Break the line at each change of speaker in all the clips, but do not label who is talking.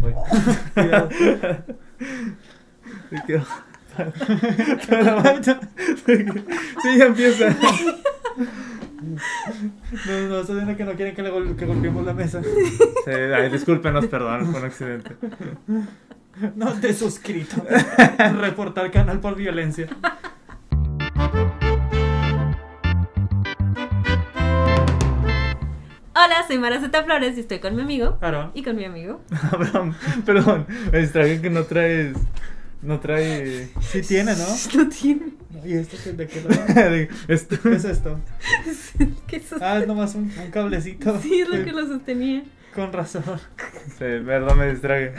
güey. Cuidado.
Me quedo- Toda la marcha. Sí, ya empieza. No, no, está viendo que no quieren que, le gol- que golpeemos la mesa.
Sí, ay, discúlpenos, perdón, fue un accidente.
No te he suscrito. Reportar canal por violencia.
Hola, soy Mara Zeta Flores y estoy con mi amigo.
Claro.
Y con mi amigo.
Abraham, Ah, perdón, me distraje que no traes. No trae.
Sí tiene, ¿no?
No tiene.
¿Y esto qué- de qué lado?
Esto-
¿Qué es esto?
¿Qué sos-
Ah, es nomás un, un
Ah,
cablecito.
Sí, es lo que lo sostenía.
Con razón.
Sí, perdón, me distraje.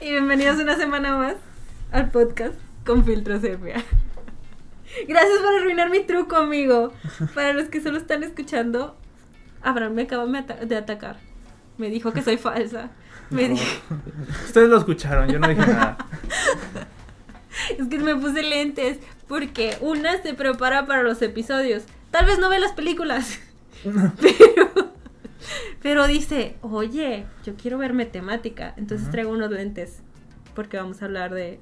Y bienvenidos una semana más al podcast con filtro sepia. Gracias por arruinar mi truco, amigo. Para los que solo están escuchando, Abraham me acaba me ata- de atacar. Me dijo que soy falsa. Me
No.
dijo,
Ustedes lo escucharon, yo no dije nada.
es que me puse lentes porque una se prepara para los episodios. Tal vez no ve las películas, pero, pero dice, oye, yo quiero verme temática. Entonces
Ujú.
traigo unos lentes porque vamos a hablar de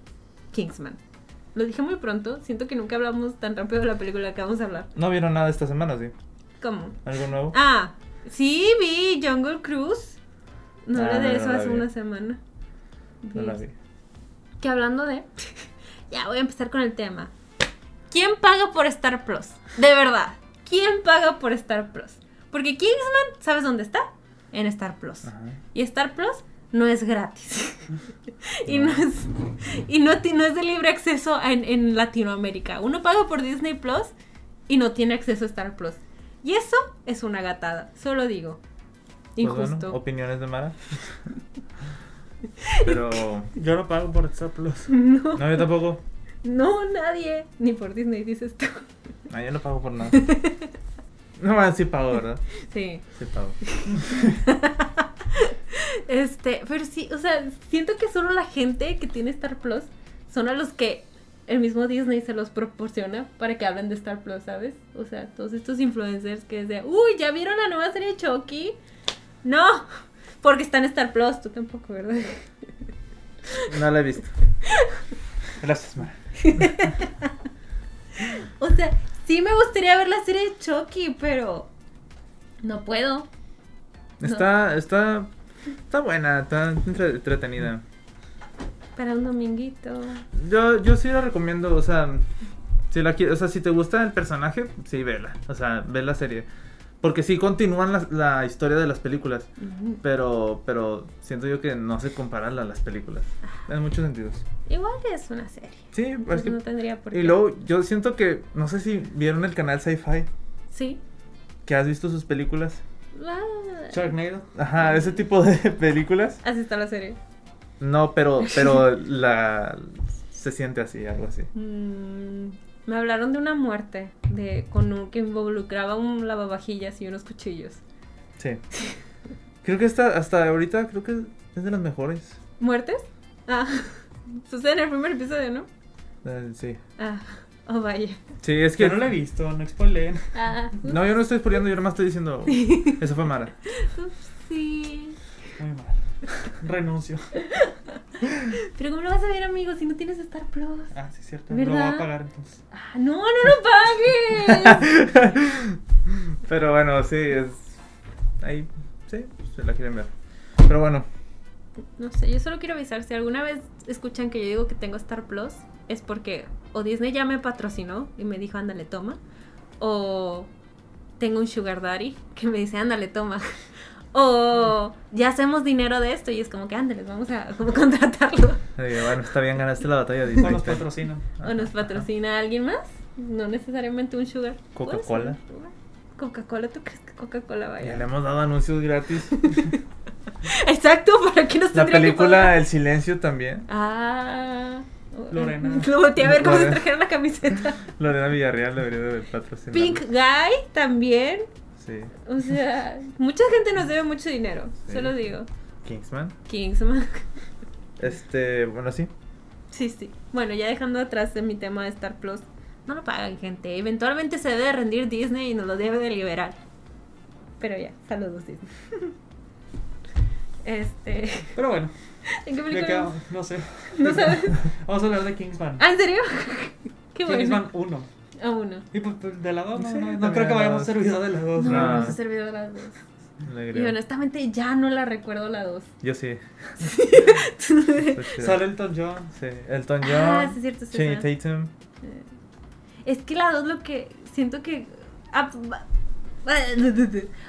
Kingsman. Lo dije muy pronto, siento que nunca hablamos tan rápido de la película que vamos a hablar.
¿No vieron nada esta semana, sí?
¿Cómo?
¿Algo nuevo?
Ah, sí, vi Jungle Cruise. No
Ah,
hablé de
no
eso
la
hace
vi.
una semana.
no la
Vi-
vi.
que hablando de. ya voy a empezar con el tema. ¿Quién paga por Star Plus? De verdad. ¿Quién paga por Star Plus? Porque Kingsman, ¿sabes dónde está? En Star Plus.
Ajá.
Y Star Plus no es gratis. y no
No.
es, y no, ti- no es de libre acceso en, en Latinoamérica. Uno paga por Disney Plus y no tiene acceso a Star Plus. Y eso es una gatada, solo digo.
Pues bueno,
Injusto.
opiniones de Mara. Pero.
Yo no pago por Star Plus.
no,
No, yo tampoco.
no, nadie. Ni por Disney dices tú.
No, yo no pago por nada. No, bueno, sí pago, ¿verdad?
Sí.
Sí pago.
Este, pero sí, o sea, siento que solo la gente que tiene Star Plus son a los que el mismo Disney se los proporciona para que hablen de Star Plus, ¿sabes? O sea, todos estos influencers que es de, uy, ¿ya vieron la nueva serie de Chucky? No, porque está en Star Plus, tú tampoco, ¿verdad?
No la he visto. Gracias, Mara.
O sea, sí me gustaría ver la serie de Chucky, pero no puedo.
Está, está, está buena, está entre- entretenida.
Para un dominguito.
Yo, yo sí la recomiendo, o sea, si la quie- o sea, si te gusta el personaje, sí vela, o sea, ve la serie, porque sí continúan la, la historia de las películas,
Ujú.
pero, pero siento yo que no se compara a las películas, en muchos sentidos.
Igual es una serie.
Sí, es
entonces
que-
Pues no tendría por qué.
y luego yo siento que, no sé si vieron el canal Sci-Fi,
Sí.
que has visto sus películas,
Ah.
Sharknado.
ajá, ese tipo de películas.
Así está la serie.
No, pero, pero la se siente así, algo así.
Mm, me hablaron de una muerte de con un, que involucraba un lavavajillas y unos cuchillos.
Sí. Creo que esta, hasta ahorita creo que es de las mejores.
¿Muertes? Ah, sucede en el primer episodio, ¿no?
Eh, sí.
Ah, oh vaya.
Sí, es
Es que
que.
no la he visto, no spoileen.
Ah,
No, yo no estoy exponiendo, yo nomás estoy diciendo. Eso fue Mara.
sí.
Muy mal. Renuncio.
Pero ¿cómo lo vas a ver, amigo, si no tienes Star Plus?
Ah, sí, cierto. Lo
¿Verdad?
va a pagar entonces.
Ah, no, no lo pagues.
Pero bueno, sí, es. Ahí. Sí, se la quieren ver. Pero bueno,
No sé, yo solo quiero avisar, si alguna vez escuchan que yo digo que tengo Star Plus, es porque o Disney ya me patrocinó y me dijo, ándale, toma, o tengo un sugar daddy que me dice, ándale, toma, o ya hacemos dinero de esto y es como que, ándale, vamos a como contratarlo,
eh, bueno, está bien, ganaste la batalla.
No
Disney.
los patrocinan.
Ajá,
o nos
ajá.
patrocina alguien más, no necesariamente un sugar. Puede ser
Coca-Cola.
un sugar. Coca-Cola, ¿tú crees que Coca-Cola
Ya
vaya?
le hemos dado anuncios gratis.
Exacto, ¿para qué nos
La
tendría que
película
pagar?
El Silencio también.
Ah.
Lorena.
Lo volteé a ver cómo se
Lorena.
trajeron la camiseta.
Lorena Villarreal debería de patrocinar.
Pink Guy también.
Sí.
O sea, mucha gente nos debe mucho dinero.
Sí.
Solo digo.
Kingsman.
Kingsman.
Este, bueno, sí.
Sí, sí. Bueno, ya dejando atrás de mi tema de Star Plus. No lo pagan, gente. Eventualmente se debe de rendir Disney y nos lo debe de liberar. Pero ya, saludos Disney. Este.
Pero bueno,
¿En qué
de
película?
qué vamos? no sé.
No sabes.
Vamos a hablar de Kingsman.
¿Ah, en serio? Qué bueno.
Kingsman 1.
A uno.
Y pues, pues, de la 2 no,
Sí,
no, no
también
creo que
la
vayamos
dos. ah.
a ser video de la 2.
No,
No.
no se ha servido las dos.
Le
Y
creo.
honestamente ya no la recuerdo la dos.
Yo sí. Pues sí.
Sale Elton John.
Sí, Elton John,
Ah, sí, es cierto, sí,
Channing
sí.
Tatum.
Es que la 2 lo que siento que... ah, va- va-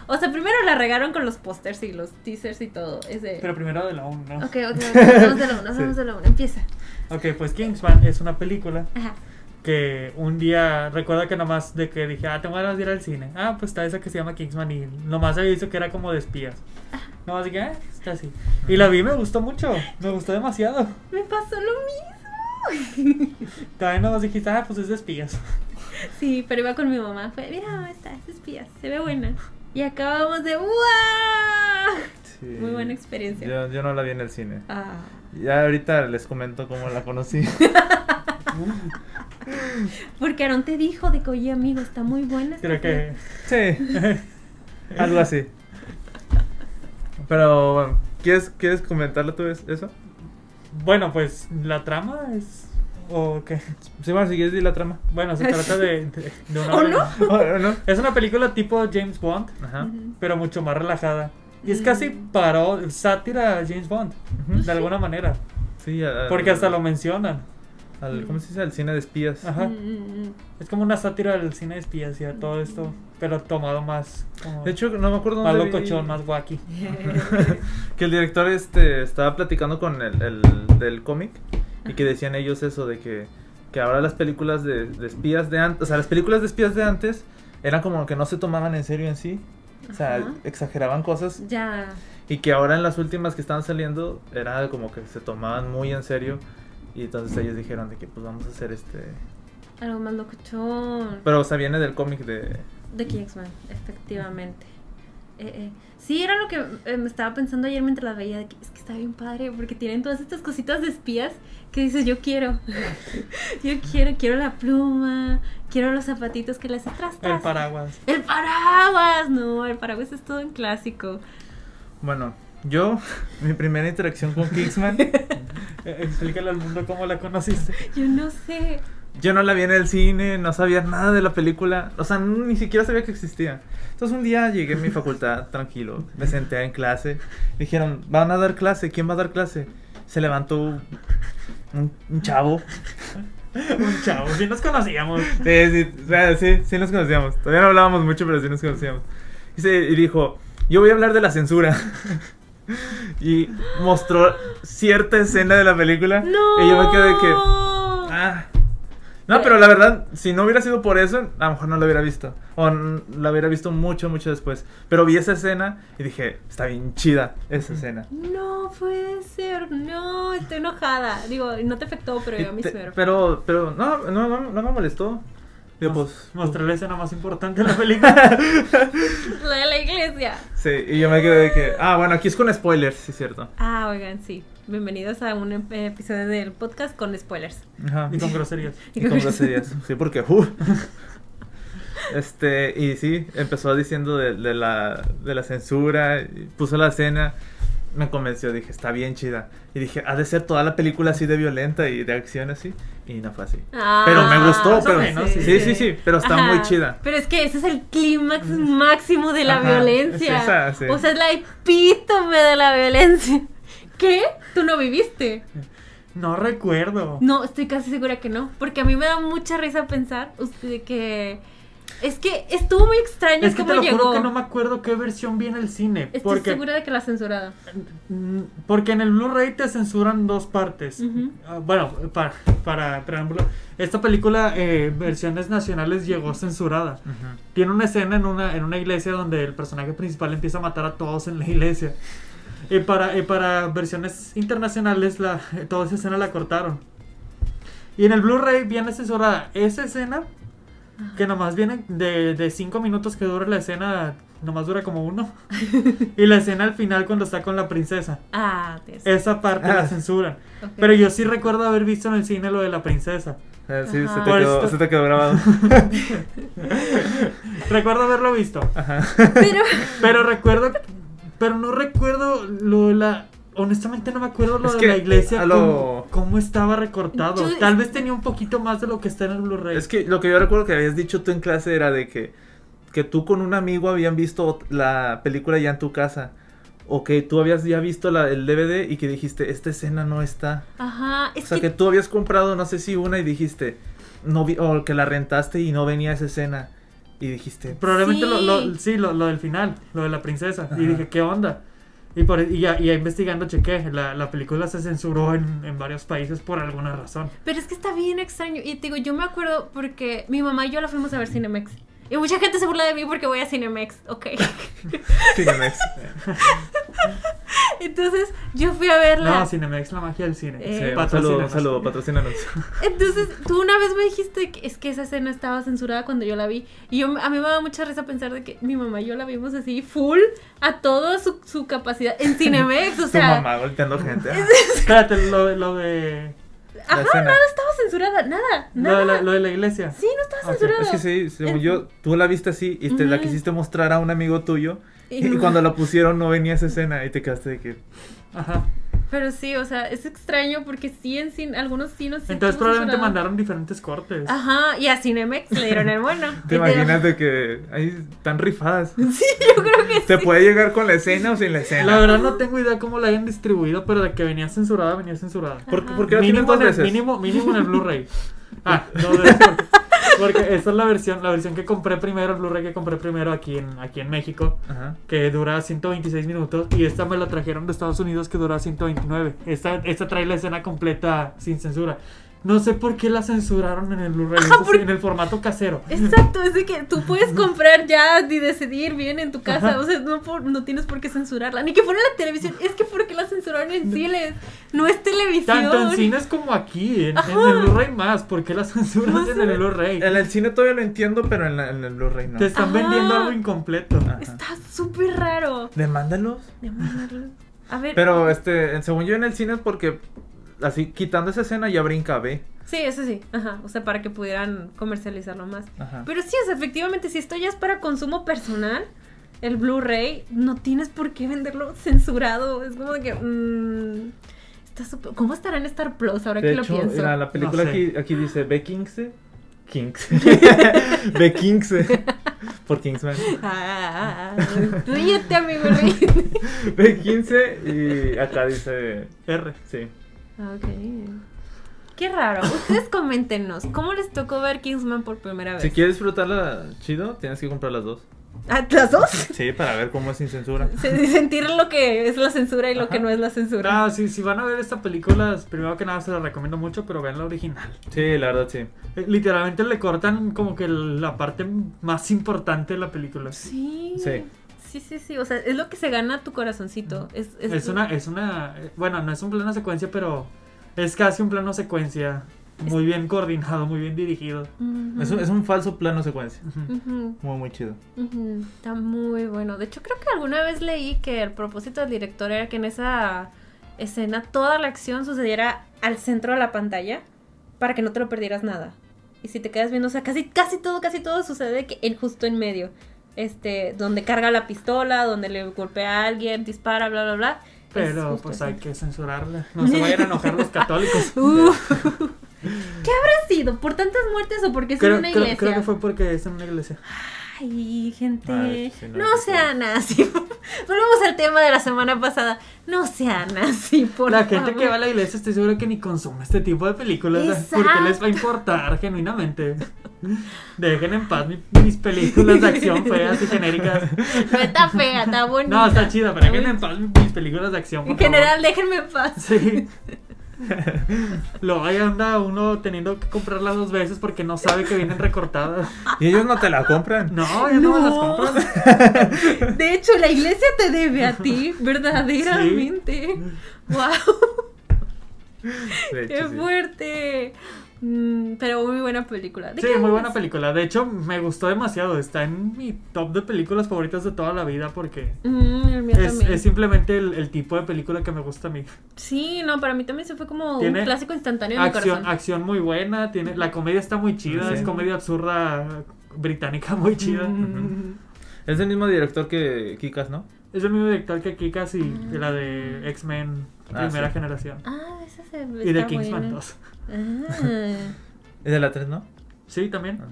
O sea, primero la regaron con los pósters y los teasers y todo. Es de...
Pero primero de la 1, ¿no?
Ok, ok, ok, vamos de la 1,
Sí.
vamos de la 1, empieza.
ok, pues Kingsman es una película
Ajá.
que un día, recuerda que nomás de que dije, ah, tengo ganas de ir al cine. Ah, pues está esa que se llama Kingsman y nomás había visto que era como de espías. Nomás dije, ah, está así. Y la vi, me gustó mucho, me gustó demasiado.
Me pasó lo mismo.
También nomás dijiste, ah, pues es de espías.
sí, pero iba con mi mamá. Fue, mira, mamá, está, es espía, se ve buena. Y acabamos de... ¡Wow!
Sí.
Muy buena experiencia.
Yo, yo no la vi en el cine.
Ah.
Ya ahorita les comento cómo la conocí.
Porque Aaron te dijo de que, oye, amigo, está muy buena. esta
Creo que...
película".
sí, algo así. Pero bueno, ¿quieres, ¿quieres comentarlo tú es- eso?
Bueno, pues la trama es... ¿O qué?
Sí, bueno, si quieres di la trama.
Bueno, se trata de, de, de una...
¿O no?
¿O no?
Es una película tipo James Bond,
Ajá.
Ujú.
pero mucho más relajada. Y es casi
Mm.
paro, sátira a James Bond,
Ujú.
de alguna manera.
Sí, al-
Porque hasta lo mencionan.
al- ¿Cómo se dice? Al cine de espías.
Ajá.
Mm, mm, mm.
Es como una sátira del cine de espías y a todo esto, pero tomado más. como
De hecho, no me acuerdo
más
dónde vi-
locochón, más wacky.
mm,
que el director este estaba platicando con el, el del cómic y que decían ellos eso de que, que ahora las películas de, de espías de antes, o sea, las películas de espías de antes eran como que no se tomaban en serio en sí, o sea,
Ajá.
exageraban cosas
Ya.
y que ahora en las últimas que estaban saliendo era como que se tomaban muy en serio y entonces ellos dijeron de que pues vamos a hacer este,
Algo más locochón.
pero o sea, viene del cómic de
De Kingsman, efectivamente. Eh, eh. Sí, era lo que eh, me estaba pensando ayer mientras la veía. de que es que está bien padre, porque tienen todas estas cositas de espías que dices, yo quiero. yo quiero, quiero la pluma, quiero los zapatitos que las atrás.
El paraguas.
El paraguas, no, el paraguas es todo un clásico.
bueno, yo mi primera interacción con Kingsman
Eh, Explícale al mundo cómo la conociste.
Yo no sé.
Yo no la vi en el cine, no sabía nada de la película, o sea, n- ni siquiera sabía que existía. Entonces un día llegué a mi facultad tranquilo, me senté en clase, dijeron, van a dar clase, ¿quién va a dar clase? Se levantó un, un chavo.
Un chavo, si nos conocíamos.
Sí, sí, o sea, sí, sí nos conocíamos, todavía no hablábamos mucho, pero sí nos conocíamos. Y, se- y dijo, yo voy a hablar de la censura. y mostró cierta escena de la película.
No.
Y yo me quedé de que... Ah. No, pero la verdad, si no hubiera sido por eso, a lo mejor no lo hubiera visto. O n- la hubiera visto mucho, mucho después. Pero vi esa escena y dije, está bien chida esa escena.
No puede ser, no, estoy enojada. Digo, no te afectó, pero yo a
Y
mí
te-
sí me
pero, pero, no, no, no, no me molestó. Digo, pues,
Mostrarle la escena más importante de la película.
La de la iglesia.
sí, y yo me quedé de que, ah, bueno, aquí es con spoilers, sí, cierto.
Ah, oigan, sí. Bienvenidos a un ep- episodio del podcast con spoilers.
Ajá.
y con groserías.
Y con groserías. Sí, porque, uh. Este, y sí, empezó diciendo de, de la, de la censura, y puso la escena, me convenció, dije, está bien chida. Y dije, ha de ser toda la película así de violenta y de acción así, y no fue así. Pero me gustó,
Ah,
pero
menos,
sí,
sí.
sí, sí, pero está
Ajá.
muy chida.
Pero es que ese es el clímax máximo de la
Ajá,
violencia.
es esa, sí.
O sea, es la epítome de la violencia. ¿Qué? ¿Tú no viviste?
No recuerdo.
No, estoy casi segura que no, porque a mí me da mucha risa pensar usted, que es que estuvo muy extraño
Es que
cómo
te lo
llegó.
juro que no me acuerdo qué versión vi en el cine.
Estoy
porque
segura de que la censurada.
Mm, Porque en el Blu-ray te censuran dos partes.
Ujú.
Ah, Bueno, para, para preámbulo, esta película, eh, versiones nacionales, llegó censurada.
Ujú.
Tiene una escena en una, en una iglesia donde el personaje principal empieza a matar a todos en la iglesia. Y para, y para versiones internacionales, la, toda esa escena la cortaron. Y en el Blu-ray viene censurada esa escena, que nomás viene de, de cinco minutos que dura la escena, nomás dura como uno. y la escena al final cuando está con la princesa.
Ah, te-
Esa parte la
Ah.
censuran.
ok.
Pero yo sí recuerdo haber visto en el cine lo de la princesa.
Eh, Sí, se
Ajá.
te, quedó, se te quedó grabado.
Recuerdo haberlo visto.
Ajá.
Pero
Pero recuerdo Pero no recuerdo lo de la. Honestamente no me acuerdo lo
Es
de
que,
la iglesia,
a lo-
cómo, cómo estaba recortado.
Yo-
Tal vez tenía un poquito más de lo que está en el Blu-ray.
Es que lo que yo recuerdo que habías dicho tú en clase era de que, que tú con un amigo habían visto ot- la película ya en tu casa. O que tú habías ya visto la- el DVD y que dijiste, esta escena no está.
Ajá, es
o sea, que... tú habías comprado, no sé si una, y dijiste, no vi, o que la rentaste y no venía esa escena. Y dijiste,
Probablemente
Sí.
Lo, lo- sí, lo, lo del final, lo de la princesa.
Ajá.
Y dije, ¿qué onda? Y, por, y, ya, y ya investigando chequé, la, la película se censuró en, en varios países por alguna razón.
Pero es que está bien extraño. Y te digo, yo me acuerdo porque mi mamá y yo la fuimos a ver Cinemex. Y mucha gente se burla de mí porque voy a Cinemex, ok.
Cinemex.
Entonces yo fui a verla.
No, Cinemex, la magia del cine.
Sí, un
Eh,
saludo, un
Patrocínanos.
saludo, patrocínanos.
Entonces tú una vez me dijiste que es que esa escena estaba censurada cuando yo la vi. Y yo, a mí me da mucha risa pensar de que mi mamá y yo la vimos así full a toda su, su capacidad en Cinemex. O
tu
sea,
mamá golpeando gente. ah,
Espérate, lo, lo de.
la escena.
estaba censurada, nada,
Lo
nada.
de, la, lo de la iglesia.
Sí, no estaba
Ok,
censurada.
Es que sí, según yo, tú la viste así y te la
Ujú.
quisiste mostrar a un amigo tuyo.
Y
Y
no.
cuando la pusieron no venía esa escena y te quedaste de que...
Ajá.
Pero sí, o sea, es extraño porque sí en cin- algunos sí no sí
Entonces
estuvo
probablemente
censurada.
mandaron diferentes cortes.
Ajá, y a Cinemex le dieron el bueno.
¿Te
Y
imaginas de que ahí están rifadas?
Sí, yo creo que
¿Se puede llegar con la escena o sin la
La
escena?
verdad no tengo idea cómo la hayan distribuido, pero de que venía censurada, venía censurada.
¿Por,
Ajá.
por qué la tienen
mínimo,
dos
en el,
veces?
mínimo, mínimo en el Blu-ray. Ah, no, de- porque, porque esa es la versión, la versión que compré primero, el Blu-ray que compré primero aquí en, aquí en México,
Ajá.
que dura 126 minutos, y esta me la trajeron de Estados Unidos que dura 129. Esta, esta trae la escena completa sin censura. No sé por qué la censuraron en el Blu-ray,
Ah,
eso sí,
por-
en el formato casero.
Exacto, es de que tú puedes comprar ya y decidir bien en tu casa. O sea, no, por- no tienes por qué censurarla. Ni que fuera la televisión. Es que porque la censuraron en cines. No es televisión.
Tanto en cines como aquí, en, en
Ajá.
el Blu-ray más, ¿por qué la censuran
No
en
sé.
el Blu-ray?
En el cine todavía lo entiendo, pero en, la- en el Blu-ray no.
Te están
Ajá.
vendiendo algo incompleto.
Ajá.
Está súper raro.
Demándalos.
De mandarlo. A ver.
Pero este, en- según yo en el cine es porque así quitando esa escena ya brinca B.
Sí, eso sí. Ajá. O sea, para que pudieran comercializarlo más.
Ajá.
Pero sí, o sea, efectivamente, si esto ya es para consumo personal, el Blu-ray, no tienes por qué venderlo censurado. Es como de que. mm, está súper- ¿Cómo estará en Star Plus ahora
de
que
hecho,
lo pienso?
la, la película
No sé.
aquí, aquí dice B15. 15. B15. Por Kingsman.
Ah, ríete, amigo, ríete.
B15 y acá dice...
R.
Sí.
Ok. Qué raro. Ustedes coméntenos, ¿cómo les tocó ver Kingsman por primera vez?
Si quieres disfrutarla chido, tienes que comprar las dos.
Ah, ¿Las dos?
Sí, para ver cómo es sin censura.
Se- Sentir lo que es la censura y lo
Ajá. Ah,
que no es la censura.
No, si, si van a ver esta película, primero que nada se la recomiendo mucho, pero vean la original.
Sí, la verdad, sí.
Eh, Literalmente le cortan como que la parte más importante de la película.
Sí.
Sí.
Sí, sí, sí. O sea, es lo que se gana tu corazoncito. Es, es-
Es una, es una, eh, bueno, no es un plano secuencia, pero es casi un plano secuencia. Muy bien coordinado, muy bien dirigido.
Ujú.
Es un, es un falso plano secuencia.
Ujú.
Ujú,
Muy, muy chido.
ujú. Está muy bueno. De hecho, creo que alguna vez leí que el propósito del director era que en esa escena toda la acción sucediera al centro de la pantalla para que no te lo perdieras nada. Y si te quedas viendo, o sea, casi, casi todo, casi todo sucede que en justo en medio. Este, donde carga la pistola, donde le golpea a alguien, dispara, bla, bla, bla. Es
Pero
justo
pues
así.
hay que censurarla. No se vayan a enojar los católicos.
Uh. ¿Qué habrá sido? ¿Por tantas muertes o porque es en
Creo,
una
creo-
iglesia?
creo que fue porque es en una iglesia.
Ay, gente,
Ay, Ah, sí, no,
no,
no
sean así. Volvemos al tema de la semana pasada. No sean así, por
la gente que
favor.
va a la iglesia estoy seguro que ni consume este tipo de películas. ¿eh? ¿Por qué les va a importar genuinamente? Dejen en paz mi- mis películas de acción feas y genéricas.
No está fea, está bonita.
No, está chida, pero dejen en paz mis películas de acción. por
En
favor.
general, déjenme en paz.
Sí. Lo ahí anda uno teniendo que comprarlas dos veces porque no sabe que vienen recortadas.
Ah,
Y ellos no te la compran.
No, yo no, me las
No.
compro.
De hecho, la iglesia te debe a ti, verdaderamente. Wow,
De hecho,
qué
sí.
fuerte. Mm, pero muy buena película. ¿De
Sí,
qué
muy
hablas?
buena película. De hecho, me gustó demasiado. Está en mi top de películas favoritas de toda la vida porque
Mm, el mío
es,
también.
es simplemente el, el tipo de película que me gusta a mí.
Sí, no, para mí también se fue como un
Tiene
clásico instantáneo en mi
Acción,
corazón.
acción muy buena, tiene, la comedia está muy chida,
Sí.
es comedia absurda británica muy chida.
Mm.
Es el mismo director que Kikas, ¿no?
Es el mismo director que Kikas y de la de X-Men
Ah,
Primera
sí.
generación.
Ah, esa se Ah.
Y de Kingsman 2.
¿Es de la 3, no?
Sí, también.
Ah.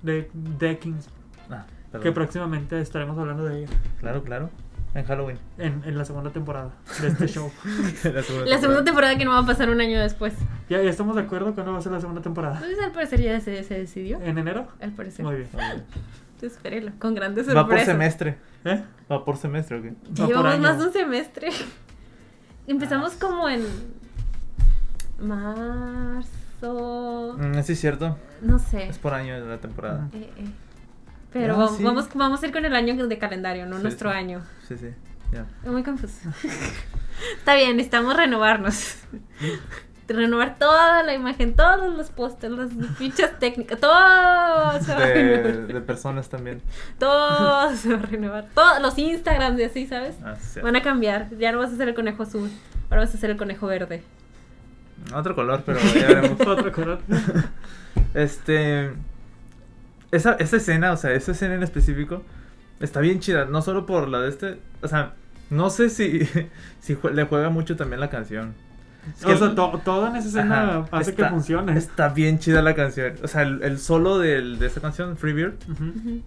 De, de Kingsman.
Ah,
Que
perdón.
próximamente estaremos hablando de ella
Claro, claro. En Halloween.
en, en la segunda temporada de este show.
la segunda
La segunda
temporada.
temporada que no va a pasar un año después.
¿Ya, ya estamos de acuerdo cuándo va a ser la segunda temporada?
Entonces, al parecer ya se, se decidió.
Eh,
¿En enero?
Al parecer.
Muy bien.
Entonces, espérenlo, con grandes
Va por
sorpresas.
semestre.
¿Eh?
Va por semestre, ¿o qué?
Ya
Va por
llevamos
año.
más de un semestre. Empezamos
Ah.
como en marzo.
Mm, sí, es cierto.
No sé.
Es por año de la temporada.
Ujú.
Eh, eh. Pero
Ah,
vamos,
sí.
vamos, vamos a ir con el año de calendario, no
Sí,
nuestro
sí.
año.
Sí, sí. Ya.
Es muy confuso. Está bien, necesitamos renovarnos. Renovar toda la imagen, todos los pósters, las fichas técnicas, todo se va a
De,
renovar.
de personas también.
Todo se va a renovar. Todos los Instagrams y así, ¿sabes?
Ah, sí, cierto.
Van a cambiar. Ya no vas a hacer el conejo azul, ahora vas a hacer el conejo verde.
Otro color, pero ya veremos.
Otro color.
Este. Esa, esa escena, o sea, esa escena en específico está bien chida. No solo por la de este. O sea, no sé si, si jue- le juega mucho también la canción. Es que
o sea,
el-
to- todo en esa escena
Ajá,
hace
está-
que funcione.
Está bien chida la canción. O sea, el, el solo del- de esa canción, Freebird,
Ujú.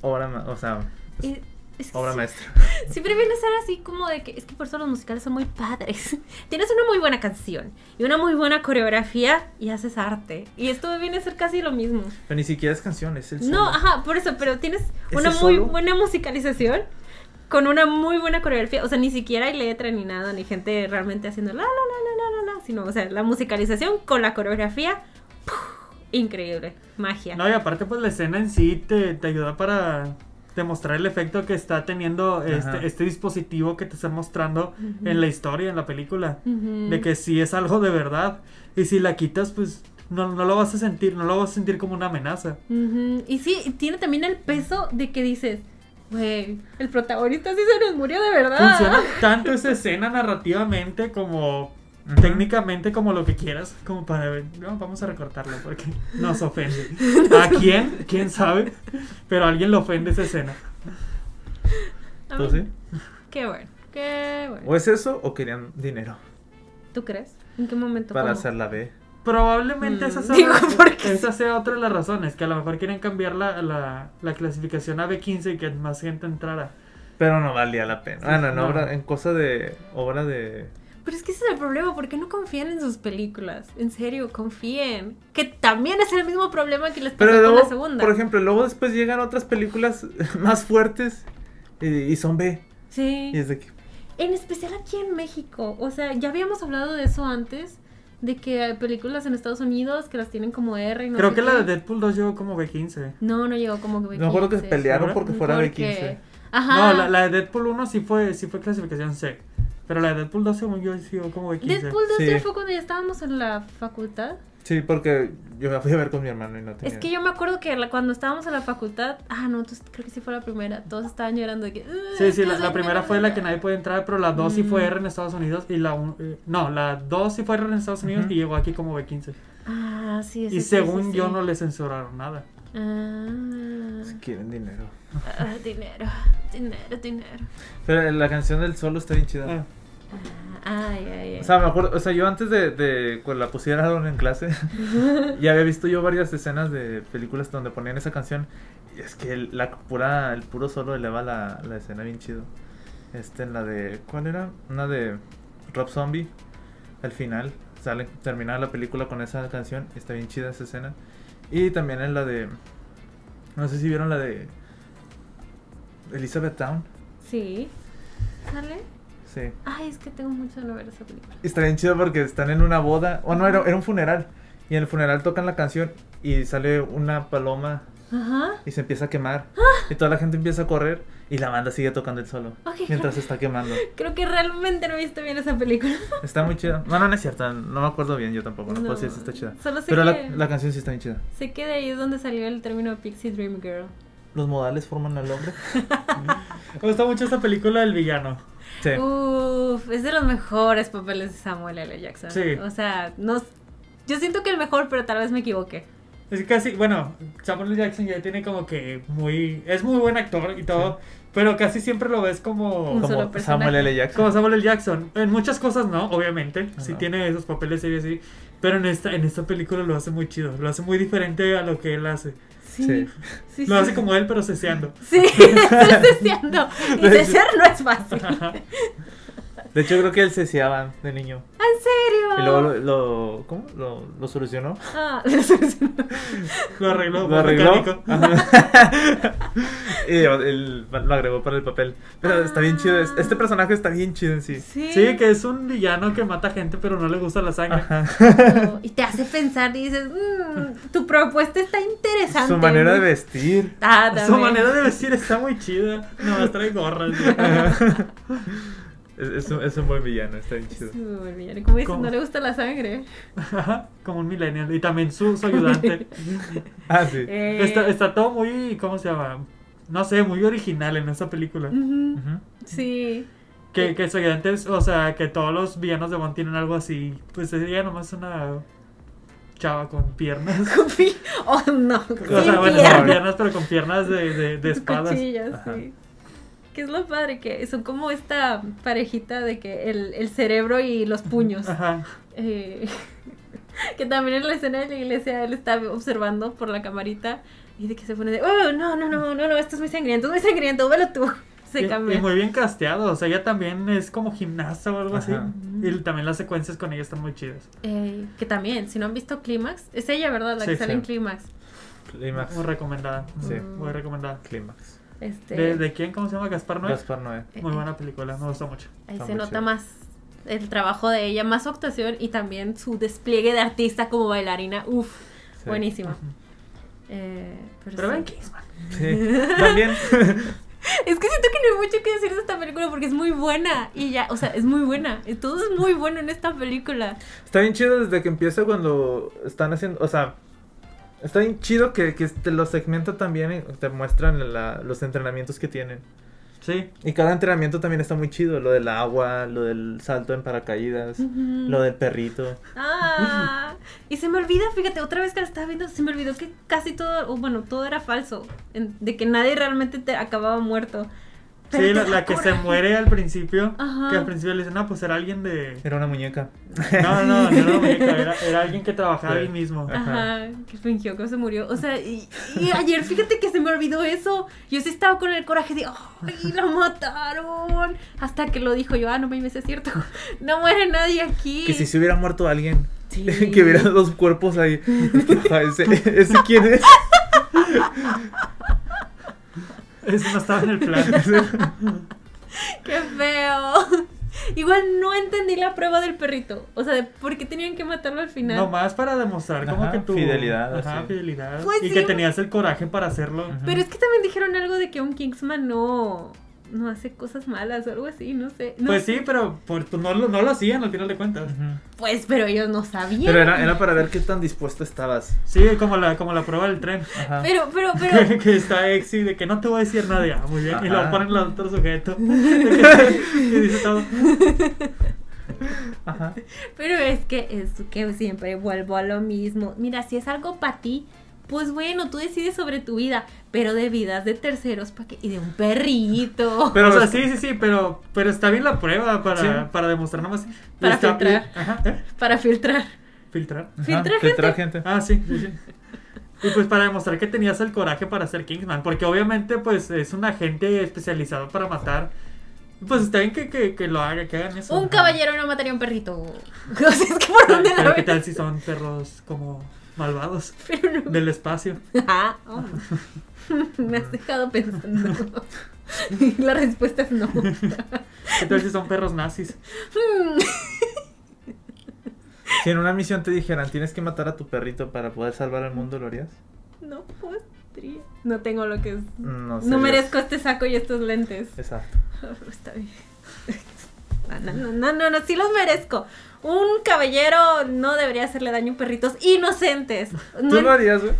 obra, ma- o sea,
Y- es que
obra
sí,
maestra.
Siempre viene a ser así como de que es que por eso los musicales son muy padres. Tienes una muy buena canción y una muy buena coreografía y haces arte. Y esto viene a ser casi lo mismo.
Pero ni siquiera es canción, es el solo.
No, ajá, por eso, pero tienes
¿Ese
una muy
solo?
buena musicalización con una muy buena coreografía. O sea, ni siquiera hay letra ni nada, ni gente realmente haciendo la la la la la la, la sino, o sea, la musicalización con la coreografía. ¡puf! Increíble, magia.
No, y aparte, pues la escena en sí te, te ayuda para demostrar el efecto que está teniendo
Ajá.
este, este dispositivo que te está mostrando
Ujú.
en la historia, en la película.
Ujú.
De que sí es algo de verdad. Y si la quitas, pues no, no lo vas a sentir, no lo vas a sentir como una amenaza.
Ujú, Y sí, y tiene también el peso de que dices, güey, el protagonista sí se nos murió de verdad.
Funciona tanto esa escena narrativamente como
Ujú.
técnicamente como lo que quieras, como para ver, no, vamos a recortarlo porque nos ofende. ¿A quién? ¿Quién sabe? Pero a alguien le ofende esa escena.
A
¿Tú
mí-
sí?
Qué bueno, qué bueno.
¿O es eso o querían dinero
¿Tú crees? ¿En qué momento?
para
¿Cómo?
hacer la B?
Probablemente
Mm.
esa, sea
Digo, ¿por qué?
esa sea otra de las razones, que a lo mejor quieren cambiar la, la, la clasificación a B15 y que más gente entrara.
Pero no valía la pena.
Sí,
Bueno, en,
no.
obra, en cosa de. Obra de.
Pero es que ese es el problema, ¿por qué no confían en sus películas? En serio, confíen. Que también es el mismo problema que les pasó
Pero
con la
luego,
segunda.
por ejemplo, luego después llegan otras películas más fuertes y, y son B.
sí.
Y es de que.
En especial aquí en México. O sea, ya habíamos hablado de eso antes, de que hay películas en Estados Unidos que las tienen como R y no
Creo
sé
que la
qué.
de Deadpool 2 llegó como B15.
No, no llegó como que
No me acuerdo que
15.
pelearon
¿Segura?
porque fuera
Porque-
B15.
Ajá.
No, la, la de Deadpool 1 sí fue, sí fue clasificación C. Pero la de Deadpool 2 según yo sí llegó como B15.
Deadpool 2
Sí.
ya fue cuando ya estábamos en la facultad.
Sí, porque yo la fui a ver con mi hermano y no tenía.
Es que yo me acuerdo que la- cuando estábamos en la facultad, ah, no, tú- creo que sí fue la primera. Todos estaban llorando de que. "Ugh,
Sí, sí,
es que
la, la
soy
primera
primero".
fue la que nadie puede entrar, pero la 2 sí fue
Mm.
R en Estados Unidos y la un- eh, no, la 2 sí fue R en Estados Unidos
Ujú.
y llegó aquí como B15.
Ah, sí, sí,
y
sí,
según
sí, sí.
yo no le censuraron nada.
Ah,
Si quieren dinero.
ah, dinero, dinero, dinero.
Pero la canción del solo está bien chida.
Ah.
Ah, ay, ay, ay.
O sea, me acuerdo, o sea, yo antes de, de cuando la pusieron en clase, ya había visto yo varias escenas de películas donde ponían esa canción. Y es que el, la pura, el puro solo eleva la, la escena bien chido. Este, en la de, ¿cuál era? Una de Rob Zombie. Al final, sale, terminaba la película con esa canción. Está bien chida esa escena. Y también en la de, no sé si vieron la de Elizabeth Town.
sí. ¿Sale?
Sí.
Ay, es que tengo mucho de no ver esa película.
Está bien chido porque están en una boda. O no, era, era un funeral. Y en el funeral tocan la canción y sale una paloma
Ajá.
y se empieza a quemar. Y toda la gente empieza a correr y la banda sigue tocando el solo.
Ok,
Mientras
claro.
se está quemando.
Creo que realmente no he visto bien esa película.
Está muy chida. No, no, no es cierta. No me acuerdo bien yo tampoco. No,
No,
puedo decir si está chida.
solo sé
Pero la,
que-
la canción sí está bien chida.
Sé que de ahí es donde salió el término Pixie Dream Girl.
Los modales forman al hombre.
Me gusta mucho esta película del villano.
Sí.
Uf, es de los mejores papeles de Samuel L. Jackson.
Sí.
O sea, no, yo siento que el mejor, pero tal vez me equivoque.
Es que casi, bueno, Samuel L. Jackson ya tiene como que muy. Es muy buen actor y todo, pero casi siempre lo ves como.
Un solo
Como
personaje.
Samuel L. Jackson.
Como Samuel L. Jackson. En muchas cosas no, obviamente. Sí
Ajá.
tiene esos papeles serios, sí. Pero en esta, en esta película lo hace muy chido. Lo hace muy diferente a lo que él hace.
Sí.
Sí.
sí,
Lo
sí.
hace como él, pero ceseando.
Sí, estoy deseando. Y desear no es fácil. ¿En
Ajá.
De hecho, creo que él se seaba de niño.
serio?
Y luego lo, lo- ¿cómo? Lo, lo solucionó.
Ah, lo-
Lo arregló.
Lo
fue
arregló.
mecánico.
Ajá. y él lo agregó para el papel. Pero está bien chido. es- Este personaje está bien chido en sí.
sí.
Sí, que es un villano que mata gente, pero no le gusta la sangre.
Ajá.
Oh, Y te hace pensar y dices, "Mm, tu propuesta está interesante.
Su manera de
vestir.
vestir.
Ah, también.
Su manera de vestir está muy chida. No, trae gorras. güey.
Es, es un, es un buen villano, está bien chido.
Sí, me volví a- Como dices,
¿Cómo?
no le gusta la sangre.
Ajá, Como un millennial. Y también su, su ayudante.
Ah, sí.
Eh,
Está, está todo muy, ¿cómo se llama? No sé, muy original en esta película.
ujú,
Ujú.
Sí.
Que, que su ayudante es- o sea, que todos los villanos de Bond tienen algo así. Pues ella nomás una chava con piernas.
Oh, no.
O sea,
sin
bueno,
pierna.
con piernas, pero con piernas de, de, de espadas.
Cuchillas,
Ajá.
sí. Que es lo padre, que son como esta parejita de que el, el cerebro y los puños.
Ajá.
Eh, que también en la escena de la iglesia él está observando por la camarita y de que se pone de, oh, no, no, no, no, no, esto es muy sangriento, es muy sangriento, velo tú. Se
Y-
cambia.
Y, muy bien casteado. O sea, ella también es como gimnasta o algo
Ajá.
Mm.
así. Y también las secuencias con ella están muy chidas.
Eh, que también, si no han visto Clímax, es ella, ¿verdad? La
Sí,
que sale
sí.
en Clímax.
Clímax.
Muy recomendada.
Sí.
Mm.
Muy recomendada.
Clímax.
Este,
¿De, de quién? ¿Cómo se llama? Gaspar Noé.
Gaspar Noé.
Muy buena película, me gusta mucho.
Ahí
Está
se
muy
nota
chido.
más el trabajo de ella, más su actuación y también su despliegue de artista como bailarina. Uf,
Sí.
buenísima. Eh, pero
Pero
sí.
ven Kingsman.
Sí. También.
Es que siento que no hay mucho que decir de esta película porque es muy buena. Y ya, o sea, es muy buena. Y Todo es muy bueno en esta película.
Está bien chido desde que empieza cuando están haciendo, o sea, está bien chido que, que te lo segmenta también, eh, te muestran la- los entrenamientos que tienen.
Sí.
Y cada entrenamiento también está muy chido, lo del agua, lo del salto en paracaídas, lo del perrito.
Ah, y se me olvida, fíjate, otra vez que la estaba viendo, se me olvidó que casi todo, o bueno, todo era falso. en- de que nadie realmente te acababa muerto. Pero
Sí,
te
la,
da
la que se
coraje.
muere al principio.
Ajá.
Que al principio le dicen, ah, pues era alguien de.
Era una muñeca.
No, no, no, no, muñeca, era, era alguien que trabajaba
Sí.
ahí mismo.
Ajá, que fingió que se murió. O sea, y, y ayer fíjate que se me olvidó eso. Yo sí estaba con el coraje de, ¡ay, lo mataron! Hasta que lo dijo yo, ah, no me es cierto. No muere nadie aquí.
Que si se hubiera muerto alguien,
Sí.
que hubiera dos cuerpos ahí. Ajá, ¿Ese, ese quién es?
Eso no estaba en el plan.
¡Qué feo! Igual no entendí la prueba del perrito. O sea, de por qué tenían que matarlo al final.
Nomás para demostrar como
Ajá,
que tu.
fidelidad,
Ajá,
así.
fidelidad.
Pues
y
sí,
que
güey.
tenías el coraje para hacerlo.
Ajá.
Pero es que también dijeron algo de que un Kingsman no, no hace cosas malas o algo así, no sé. No
Pues
sé.
sí, pero por, pues no, lo- no lo hacían al final de cuentas.
Pues, pero ellos no sabían.
Pero era, era para ver qué tan dispuesto estabas.
Sí, como la, como la prueba del tren.
Ajá.
Pero, pero, pero,
Que, que está exi de que no te voy a decir nada. Ah, muy bien. Y lo
Ajá.
ponen al otro sujeto. y dice todo.
Ajá.
Pero es que es que siempre vuelvo a lo mismo. Mira, si es algo para ti, pues bueno, tú decides sobre tu vida, pero de vidas de terceros para que y de un perrito.
Pero
o sea,
es-
sí, sí, sí, pero, pero está bien la prueba para,
Sí.
para demostrar nomás.
Para
Está-
filtrar.
Ajá, ¿eh?
Para filtrar.
Filtrar.
Ajá,
Filtra
filtra gente.
Ah, sí, sí, sí. Y pues para demostrar que tenías el coraje para ser Kingsman, porque obviamente pues es un agente especializado para matar. Pues está bien que, que, que lo haga, que hagan eso.
Un
Ajá.
caballero no mataría a un perrito. O sea, es que por dónde la
Pero qué
ves?
tal si son perros como malvados
Pero no.
del espacio.
Ah, oh. Me has dejado pensando. la respuesta es no.
¿Qué tal si son perros nazis?
Mm,
Si en una misión te dijeran tienes que matar a tu perrito para poder salvar al mundo, ¿lo harías?
No podría. No tengo lo que es.
No,
no
serías-
merezco este saco y estos lentes.
Exacto.
Ah, Está bien. Ah, No, no, no, no, no, sí los merezco. Un caballero no debería hacerle daño a perritos inocentes. No
¿Tú lo harías, güey?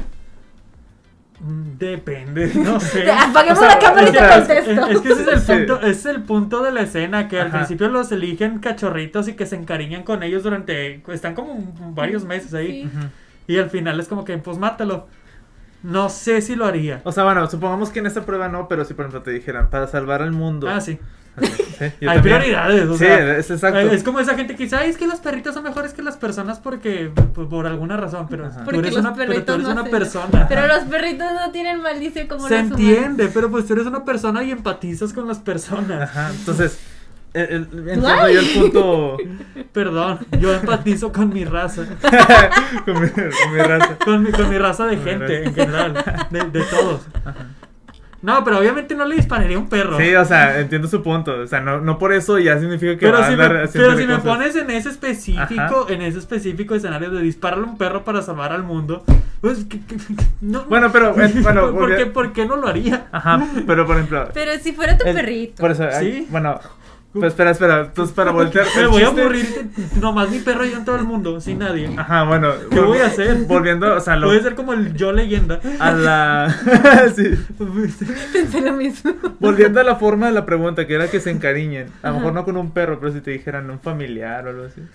Mm, Depende, no sé.
Apaguemos la cámara
y te
es-
Ah, contesto.
Es que ese es el
Sí.
punto, ese es el punto de la escena, que al
Ajá.
principio los eligen cachorritos y que se encariñan con ellos durante, están como un- varios meses ahí.
Sí.
Ujú.
Y al final es como que, pues mátalo. No sé si lo haría.
O sea, bueno, supongamos que en esta prueba no, pero si por ejemplo te dijeran, para salvar al mundo.
Ah, sí.
Sí, yo
Hay
también.
prioridades. o
Sí,
sea,
es exacto.
eh, Es como esa gente que dice, ay, es que los perritos son mejores que las personas porque, pues, por alguna razón, pero
Ajá.
tú
Porque
eres
los
una, pero tú
perritos
eres
no
una
se-
persona.
Pero los perritos no tienen maldición como
Se
los humanos.
entiende, pero pues tú eres una persona y empatizas con las personas.
Ajá, entonces, el- el- entiendo yo el punto
Perdón, yo empatizo con mi raza.
con, mi, con mi raza.
Con mi, con mi raza de
Con mi
gente
raza.
en general, de, de todos. No, pero obviamente no le dispararía a un perro.
Sí, o sea, entiendo su punto. O sea, no, no por eso ya significa que
pero
va
si,
a
me,
andar haciendo
pero si me
cosas.
pones en ese específico,
Ajá.
en ese específico escenario de dispararle a un perro para salvar al mundo, pues que- que- que- no.
Bueno, pero, eh, bueno, Ah,
¿Por, qué,
volvi-
por qué no lo haría?
Ajá, pero por ejemplo.
Pero si fuera tu
el-
perrito.
Por eso, ay,
Sí.
bueno. Pues espera, espera. Entonces, para voltear.
Me
el
voy a
chiste-
aburrir nomás mi perro y en todo el mundo, sin nadie.
Ajá, bueno.
¿Qué
vol-
voy a hacer?
Volviendo, o sea, lo,
Puede ser como el yo leyenda.
a la. sí.
Pensé lo mismo.
Volviendo a la forma de la pregunta, que era que se encariñen. A lo mejor no con un perro, pero si te dijeran un familiar o algo así.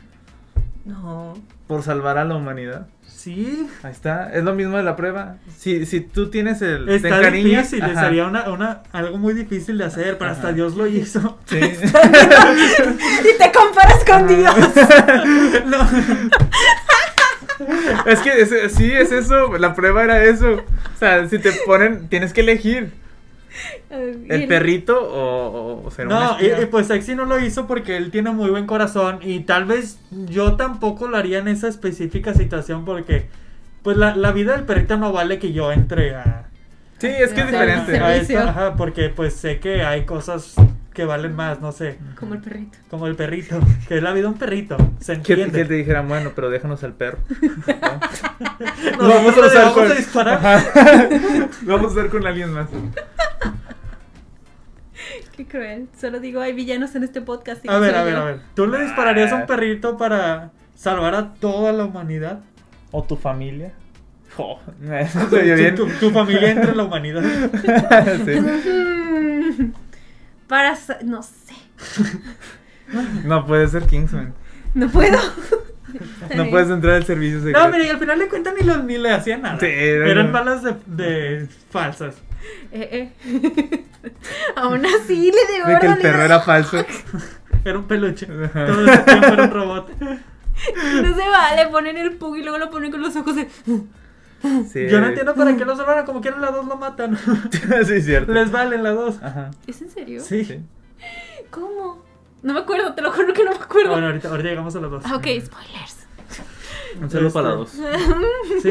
No.
Por salvar a la humanidad.
Sí,
Ahí está. Es lo mismo de la prueba. Si, si tú tienes el. te
está
encariñas,
difícil,
ajá.
sería una, una, algo muy difícil de hacer, pero hasta
Ajá.
Dios lo hizo.
Sí.
Y te comparas con Dios.
No,
Es que es- sí, es eso. La prueba era eso. O sea, si te ponen, tienes que elegir el perrito o, o- o ser un
no y,
espía.
y pues Sexy no lo hizo porque él tiene muy buen corazón y tal vez yo tampoco lo haría en esa específica situación porque pues la, la vida del perrito no vale que yo entre a...
Sí, es que es
O sea,
diferente.
a
servicio.
esa- ajá, porque pues sé que hay cosas que valen más, no sé,
Como el perrito.
como el perrito, que es la vida de un perrito, se
Que,
entiende.
que te dijeran, bueno, pero déjanos al perro. ¿no?
Nos
Lo vamos a
le
usar
vamos
con-
a disparar.
Ajá. Lo vamos a usar con alguien más.
Qué cruel. Solo digo, hay villanos en este podcast. y
A ver,
soy
a ver,
yo.
a ver. ¿Tú le dispararías a un
Ah.
perrito para salvar a toda la humanidad?
O tu familia. Jo,
Tu,
se oye bien.
tu- tu familia entre la humanidad.
Sí.
Mm, Para. sa- No sé.
No puedes ser Kingsman.
No puedo.
No puedes entrar al servicio secreto.
No, mire, y al final le cuentan ni, lo- ni le hacían nada.
Sí, era-
Eran balas de, de falsas.
Eh, eh. Aún así le digo.
De que el
órale,
perro era falso.
Era un peluche.
Ajá.
Todo ese tiempo era un robot.
No se vale. Ponen el pug y luego lo ponen con los ojos de.
Sí.
Yo no entiendo para qué lo salvaron. Como quieran, las dos lo matan.
sí, es cierto.
Les valen las dos.
Ajá.
¿Es en serio?
Sí.
Sí.
¿Cómo? No me acuerdo, te lo juro que no me acuerdo.
Ah, bueno, ahorita, ahorita llegamos a las dos.
Ah, ok, spoilers.
Un saludo para la
Este,
dos.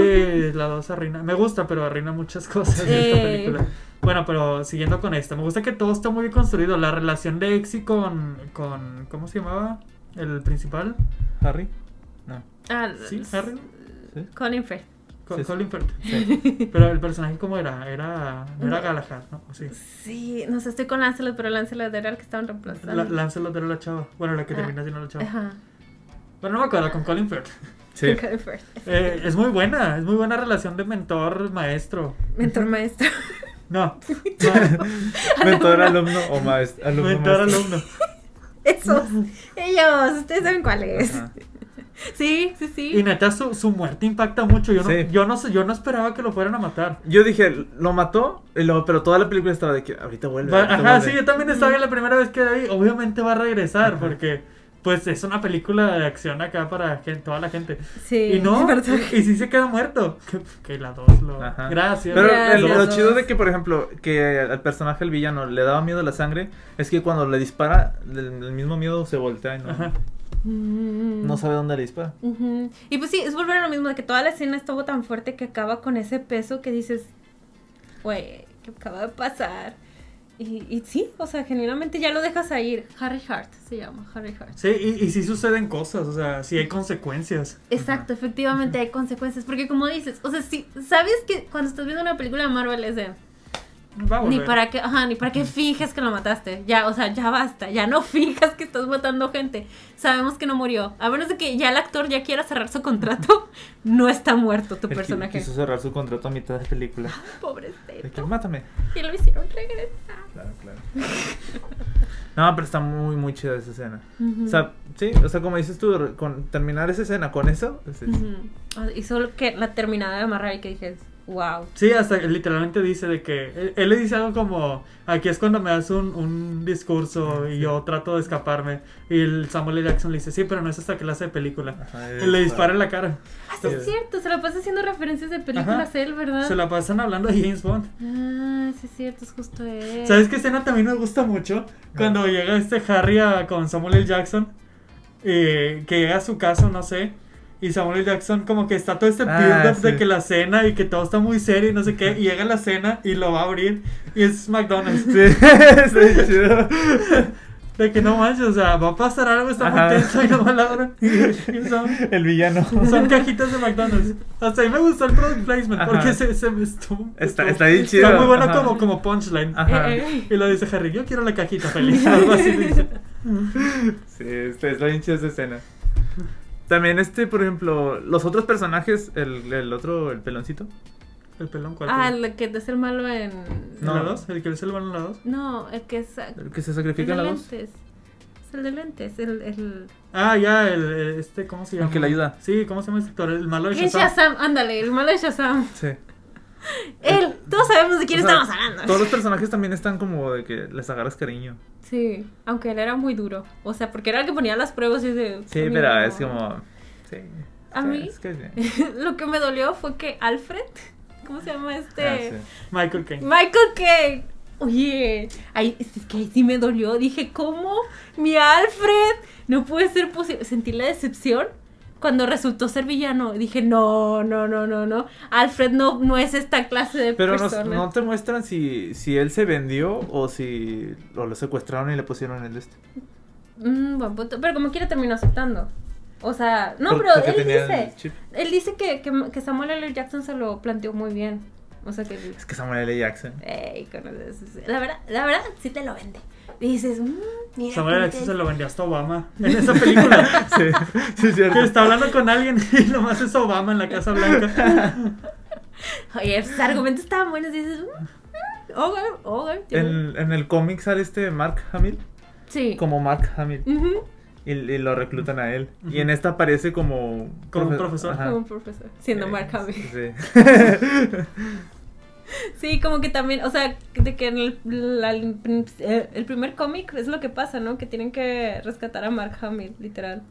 Sí, la 2 arruina. Me gusta, pero arruina muchas cosas de
Eh.
esta película. Bueno, pero siguiendo con esta, me gusta que todo está muy bien construido. La relación de Exy con, con. ¿Cómo se llamaba? El principal.
Harry. No.
Ah,
Sí,
s-
Harry.
Sí.
Colin Firth.
Con
Sí, sí.
Colin Firth.
Sí.
Pero el personaje, ¿cómo era? Era. no era Galahad, ¿no? Sí.
Sí, no sé, estoy con Lancelot, pero Lancelot era el que estaban reemplazando.
La, Lancelot era la chava. Bueno,
Ah.
la que termina siendo la chava.
Ajá.
Bueno, no me acuerdo, con Colin Firth.
Sí.
Colin Firth.
Eh, es muy buena, es muy buena relación de mentor-maestro.
Mentor maestro.
No, no
Mentor, alumno o maestro. Alumno, maestro.
mentor-alumno.
Esos. Ellos, ustedes saben cuál es.
Ajá.
Sí, sí, sí.
Y neta, su, su muerte impacta mucho. Yo no,
Sí.
yo, no, sé- yo no esperaba que lo fueran a matar.
Yo dije, lo mató, y luego- pero toda la película estaba de que ahorita vuelve.
Va-
ahorita
ajá,
vuelve.
sí, yo también estaba la primera vez que la vi. Obviamente va a regresar porque, pues, es una película de acción acá para gen- toda la gente.
sí.
y no,
es verdad.
y, y sí se queda muerto. Que, que la dos lo.
Ajá.
Gracias.
Pero
Gracias.
el- lo
Gracias.
chido de que, por ejemplo, que al personaje, el villano, le daba miedo a la sangre, es que cuando le dispara, el, el mismo miedo se voltea y no,
Ajá.
Mm.
no sabe dónde le dispara.
Ujú. Y pues sí, es volver a lo mismo, de que toda la escena estuvo tan fuerte que acaba con ese peso que dices, güey, ¿qué acaba de pasar? Y, y sí, o sea, genuinamente ya lo dejas a ir. Harry Hart se llama, Harry Hart.
Sí, y, y sí suceden cosas, o sea, sí hay consecuencias.
Exacto, efectivamente hay consecuencias, porque como dices, o sea, si sabes que cuando estás viendo una película de Marvel es de,
Va a
Ni
volver.
para que, ajá, ni para que finges que lo mataste. Ya, o sea, ya basta. Ya no fijas que estás matando gente. Sabemos que no murió. A menos de que ya el actor ya quiera cerrar su contrato, no está muerto tu
Él qui-
personaje. Ah,
Quiso cerrar su contrato a mitad de película. De que,
Pobrecito.
mátame.
Y lo hicieron regresar.
Claro, claro. No, pero está muy, muy chida esa escena.
Ujú.
O sea, sí, o sea, como dices tú, con terminar esa escena con eso, es- es-
Ujú. Ah, Y solo que la terminada de amarrar y que dije, wow.
Sí, hasta que literalmente dice de que. Él, él le dice algo como: Aquí es cuando me das un, un
Ah,
discurso y yo trato de escaparme. Y el Samuel L. Jackson le dice: Sí, pero no es esta clase de película.
Ajá,
Y
Ah, es-
le dispara en la cara.
Ah, sí, es
Sí.
cierto. Se la pasa haciendo referencias de películas
Ajá.
él, ¿verdad?
Se la pasan hablando de James Bond.
Ah, sí, es cierto. Es justo él.
¿Sabes qué escena también me gusta
Ah.
mucho? Cuando llega este Harry a- con Samuel L. Jackson, eh, que llega a su casa, no sé, y Samuel L. Jackson como que está todo este
Ah,
build-up de
sí.
que la cena y que todo está muy serio y no sé qué, y llega la cena y lo va a abrir y es McDonald's.
Sí, está bien chido.
De que no manches, o sea, va a pasar algo, está
Ajá.
muy tenso y no la abren. Y son,
El villano.
son cajitas de McDonald's. Hasta ahí me gustó el product placement
Ajá.
porque se, se me estuvo.
Está,
estuvo-
está bien chido.
está muy bueno
ajá.
como, como punchline.
Ajá.
Eh, eh.
Y lo dice Harry, yo quiero la cajita feliz. Algo así dice.
Sí, está, está bien chida esa escena. También este, por ejemplo, los otros personajes, el, el otro, el peloncito.
¿El pelón cuál?
Ah,
pelón?
el que es el malo en.
¿En
no.
la 2? ¿El que es el balón en la 2?
No, el que es. El
El que se
de
sacrifica en la dos.
lentes. Es el de lentes. El. el...
Ah, ya, el, eh, este, ¿cómo se
El
llama?
que le ayuda.
Sí, ¿cómo se llama el sector? El malo de
¿Quién
Shazam.
Shazam? Ándale, el malo de Shazam.
Sí.
Él. Todos sabemos de quién
O sea,
estamos hablando.
Todos los personajes también están como de que les agarras cariño.
Sí, aunque él era muy duro. O sea, porque era el que ponía las pruebas y de.
Sí,
a mí
pero
no.
es como. Sí.
¿A
Sí,
mí?
Es que sí.
Lo que me dolió fue que Alfred. ¿Cómo se llama este?
Ah, sí.
Michael Caine.
Michael Kane. Oye, ahí, es que ahí sí me dolió. Dije, ¿cómo? Mi Alfred. No puede ser posible. Sentí la decepción cuando resultó ser villano. Dije, no, no, no, no, no. Alfred no, no es esta clase de
Pero no,
persona.
no te muestran si, si él se vendió o si o lo secuestraron y le pusieron en el este.
Mm, buen punto. Pero como quiera terminó aceptando. O sea, no,
Por-
pero
porque
él
tenía el
dice,
chip.
él dice que, que, que Samuel L. Jackson se lo planteó muy bien. O sea que...
Es que Samuel L. Jackson.
Ey, conoces- La verdad, la verdad, sí te lo vende. Dices, mm, mira.
Samuel
cómo
L. Jackson
te-
se lo vendió hasta Obama. En esa película.
Sí, sí, es
que
cierto.
está hablando con alguien y nomás es Obama en la Casa Blanca.
Oye, sus argumentos estaban buenos. Dices, mm, mm, ok, ok, tiene-
En, en el cómic sale este Mark Hamill
Sí.
como Mark Hamill
Ujú,
y, y lo reclutan a él. Y
Ujú.
en esta aparece como.
Como un
profe-
profesor.
Ajá.
Como un profesor. Siendo
Ah. Eh,
Mark Hamill.
Sí.
Sí, como que también, o sea, de que en el, la- eh, el primer cómic es lo que pasa, ¿no? Que tienen que rescatar a Mark Hamill, literal.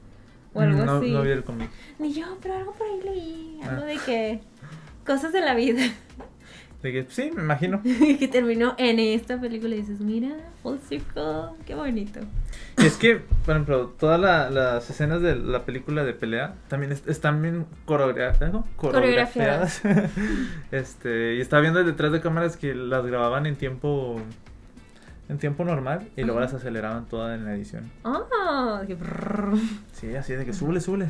O algo
Mm, no,
así.
no vi el cómic.
Ni yo, pero algo por ahí leí. Algo
Ah.
de que. Cosas de la vida.
De que, sí, me imagino.
que terminó en esta película y dices, mira, full circle, qué bonito.
Y es que, por ejemplo, todas la- las escenas de la película de pelea también est- están bien coreogra- ¿no? coreografiadas. este, y estaba viendo el detrás de cámaras que las grababan en tiempo en tiempo normal y luego
Ajá.
las aceleraban todas en la edición.
Ah, de que brrr.
Sí, así de que súbele, súbele.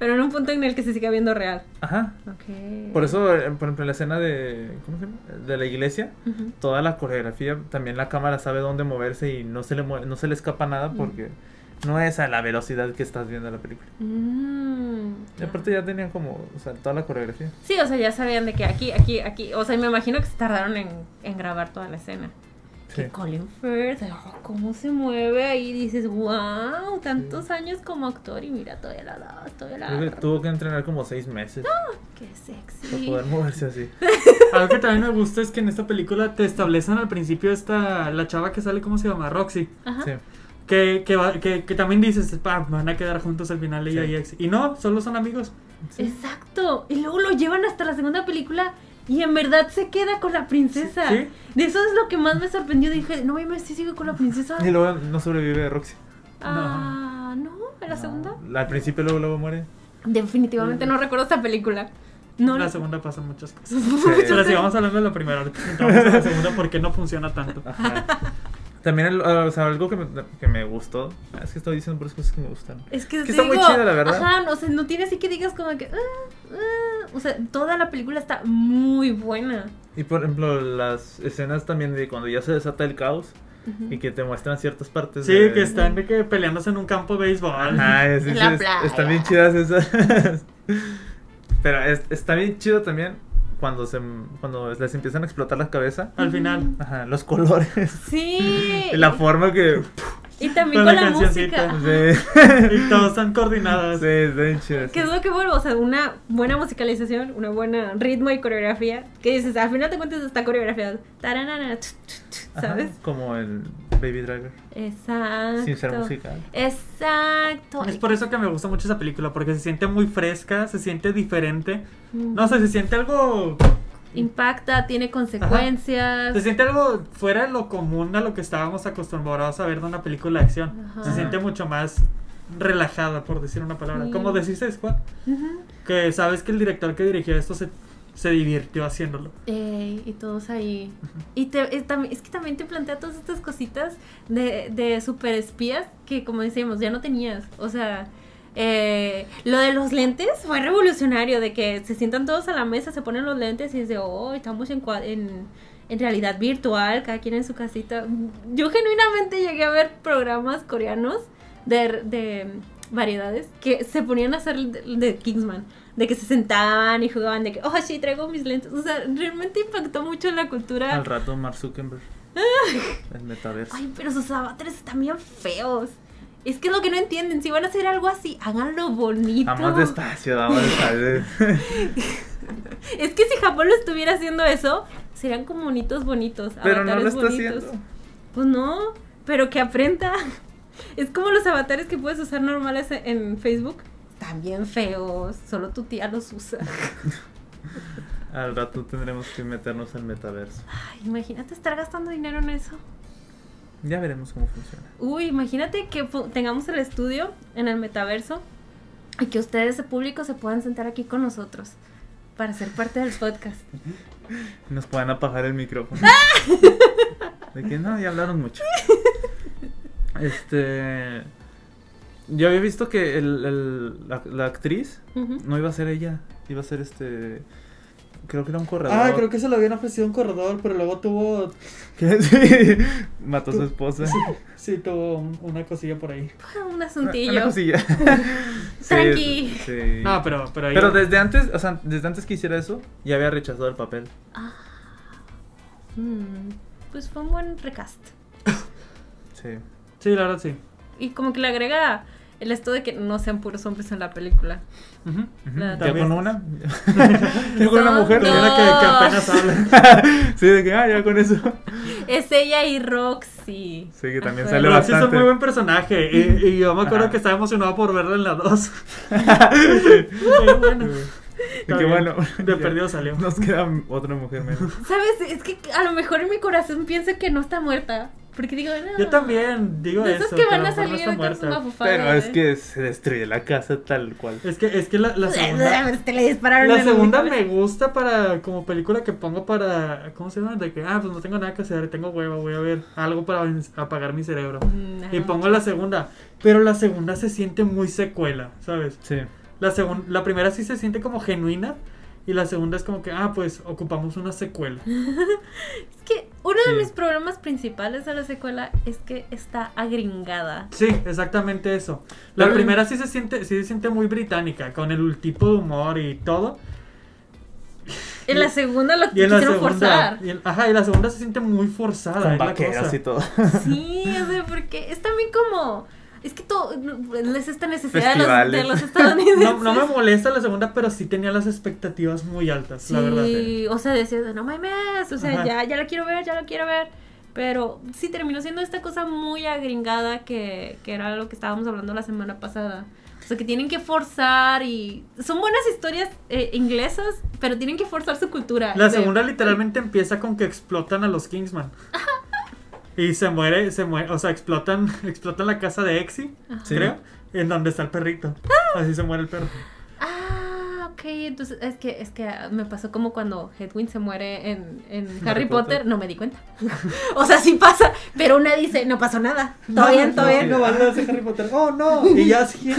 pero en un punto en el que se sigue viendo real.
Ajá.
Ok.
Por eso, eh, por ejemplo, en la escena de ¿cómo se llama? de la iglesia,
Ujú.
toda la coreografía, también la cámara sabe dónde moverse y no se le mue- no se le escapa nada porque no es a la velocidad que estás viendo la película.
Mm.
Y aparte ya tenían como, o sea, toda la coreografía.
Sí, o sea, ya sabían de que aquí, aquí, aquí. O sea, me imagino que se tardaron en, en grabar toda la escena. Que Colin Firth, oh, cómo se mueve ahí, dices, wow, tantos años como actor y mira, todavía la da, todavía la
Creo que tuvo que entrenar como seis meses
Qué
para
sexy.
poder moverse así.
algo que también me gusta es que en esta película te establecen al principio esta. La chava que sale, ¿cómo se llama? Roxy.
Ajá.
Sí.
Que, que, va- que, que también dices, "Pa, van a quedar juntos al final ella
Sí.
y ex. Y no, solo son amigos.
sí.
Exacto. Y luego lo llevan hasta la segunda película y en verdad se queda con la princesa.
Sí,
De eso es lo que más me sorprendió. Dije, no mames, sí sigue con la princesa.
Y luego no sobrevive Roxy.
Ah, no, en la
No.
segunda.
Al principio luego luego muere.
Definitivamente no recuerdo esta película. No
la
la-
segunda pasa muchas cosas.
Sí.
Pero sigamos hablando de la primera, ahorita entramos a la segunda porque no funciona tanto.
Ajá. También el- ah, o sea, algo que me, que me gustó. Es que estoy diciendo puras cosas que me gustaron.
Es que,
Que
te
está muy
digo,
chida, la verdad.
Ajá, no, o sea, no tiene así que digas como que. "Ah, ah", o sea, toda la película está muy buena.
Y por ejemplo, las escenas también de cuando ya se desata el caos
Ujú.
y que te muestran ciertas partes.
Sí,
de-
que están de que peleándose en un campo de béisbol.
Ajá, sí,
En
sí,
la
es-
playa.
están bien chidas esas. Pero es- está bien chido también cuando se cuando les empiezan a explotar la cabeza.
Al final.
Ajá, los colores.
Sí.
La forma que.
y también con
con la
la,
cancioncita.
música.
Sí,
Y todos están coordinados.
sí, está bien chido. eso.
Que es lo que vuelvo, o sea, una buena musicalización, una buena ritmo y coreografía. Que dices, al final te cuentas está coreografía. Taranana, tch, tch, tch,
Ajá,
¿sabes?
Como el Baby Driver.
Exacto.
Sin ser musical.
Exacto.
Es por eso que me gusta mucho esa película, porque se siente muy fresca, se siente diferente.
Mm.
No sé, se siente algo.
Impacta, tiene consecuencias.
Se siente algo fuera de lo común a lo que estábamos acostumbrados a ver de una película de acción.
Ajá.
Se siente mucho más relajada, por decir una palabra.
Sí.
Como decís, Juan,
Ujú.
que sabes que el director que dirigió esto se, se divirtió haciéndolo.
Ey, Eh, y todos ahí. Y te, es, tam- es que también te plantea todas estas cositas de, de super espías que, como decíamos, ya no tenías. O sea, eh, lo de los lentes fue revolucionario, de que se sientan todos a la mesa, se ponen los lentes y es de, oh, estamos en, cua- en, en realidad virtual, cada quien en su casita. Yo genuinamente llegué a ver programas coreanos de, de variedades que se ponían a hacer de, de Kingsman. De que se sentaban y jugaban, de que, oh, sí, traigo mis lentes. O sea, realmente impactó mucho en la cultura.
Al rato Mark Zuckerberg. El metaverso.
Ay, pero sus avatares están bien feos. Es que es lo que no entienden. Si van a hacer algo así, háganlo bonito.
Vamos despacio, vamos despacio.
Es que si Japón lo estuviera haciendo eso, serían como bonitos, bonitos.
Pero no
avatares
lo está
bonitos.
haciendo.
Pues no, pero que aprenda. Es como los avatares que puedes usar normales en Facebook. Están bien feos. Solo tu tía los usa.
Al rato tendremos que meternos al metaverso.
Ay, imagínate estar gastando dinero en eso.
Ya veremos cómo funciona.
Uy, imagínate que po- tengamos el estudio en el metaverso y que ustedes, el público, se puedan sentar aquí con nosotros para ser parte del podcast.
Nos pueden apagar el micrófono. De que no, ya hablaron mucho. Este. Yo había visto que el- el- la, la actriz
Ujú.
no iba a ser ella. Iba a ser este. Creo que era un corredor.
Ah, creo que se lo habían ofrecido un corredor, pero luego tuvo.
que. sí, Mató a su esposa.
Sí, tuvo un- una cosilla por ahí.
Ah, Un
Una-
asuntillo.
Una cosilla. Sí,
Tranqui.
sí.
No, pero, pero ahí.
Pero desde antes, o sea, desde antes que hiciera eso, ya había rechazado el papel.
Mm, pues fue un buen recast.
Sí.
Sí, la verdad sí.
Y como que le agrega el esto de que no sean puros hombres en la película.
Ujú.
Ujú.
Claro.
Ya
También.
con una. ya con una
Son
mujer.
dos.
Era que, que apenas habla.
Sí, de que, ah, ya con eso.
Es ella y Roxy.
Sí, que también
Ajá.
sale
Pero sí es un
bastante.
muy buen personaje. Y, y yo me acuerdo
Ajá.
que estaba emocionado por verla en la 2.
Y que bueno.
De
ya
perdido salió.
Nos queda otra mujer menos.
¿Sabes? Es que a lo mejor en mi corazón pienso que no está muerta. Porque digo, no.
Yo también digo
De esos
eso.
que
a
van
lo
a
mejor no
salir
está
de con su
muerta.
mafufada,
Pero es
¿eh?
que se destruye la casa tal cual.
Es que, es que la, la segunda.
pues, Te le dispararon
La
en el
segunda
unicornio.
me gusta para como película que pongo para ¿cómo se llama? De que ah pues no tengo nada que hacer, tengo hueva, voy a ver algo para ven- apagar mi cerebro.
Mm,
Y
ajá.
pongo la segunda, pero la segunda se siente muy secuela, ¿sabes?
Sí.
La segun- la primera sí se siente como genuina y la segunda es como que ah pues ocupamos una secuela.
Es que uno de
Sí.
mis problemas principales de la secuela es que está agringada.
Sí, exactamente eso. La
Pero-
primera sí se siente, sí se siente muy británica, con el tipo de humor y todo.
En la segunda lo
Y en la
quisieron
segunda,
forzar.
y en- ajá, y la segunda se siente muy forzada.
Con
es la
vaqueros
cosa.
y todo.
Sí, o sea, porque es también como. Es que todo. Es esta necesidad de los,
Festivales.
de los estadounidenses.
No, no me molesta la segunda, pero sí tenía las expectativas muy altas, la verdad.
Sí, o sea, decías, no mames, o sea,
Ajá.
ya, ya la quiero ver, ya la quiero ver. Pero sí terminó siendo esta cosa muy agringada que, que era lo que estábamos hablando la semana pasada. O sea, que tienen que forzar y... Son buenas historias eh, inglesas, pero tienen que forzar su cultura.
La
De-
segunda literalmente empieza con que explotan a los Kingsman. Y se muere, se muere, o sea, explotan, explotan la casa de Exy,
Sí.
creo, en donde está el perrito. Así se muere el perro.
Ah, ok, entonces es que, es que me pasó como cuando Hedwig se muere en, en Harry,
Harry
Potter.
Potter.
no me di cuenta. o sea, sí pasa, pero una dice, no pasó nada, todo bien, todo bien.
No, van a hacer Harry Potter. Oh, no. Y ya sí.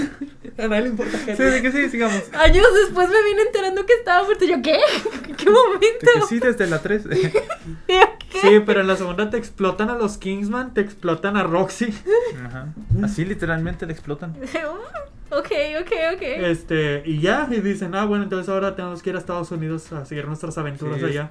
A nadie le importa
Sí, de que sí, sigamos.
Años después me vine enterando que estaba muerto. Yo, ¿qué? ¿Qué
De
momento?
que sí, desde la 3.
Yo, ¿qué?
Sí, pero en la segunda te explotan a los Kingsman, te explotan a Roxy.
Ajá. Así literalmente le explotan.
"Oh, ok, ok, ok.
Este, y ya, y dicen, ah, bueno, entonces ahora tenemos que ir a Estados Unidos a seguir nuestras aventuras
Sí.
allá.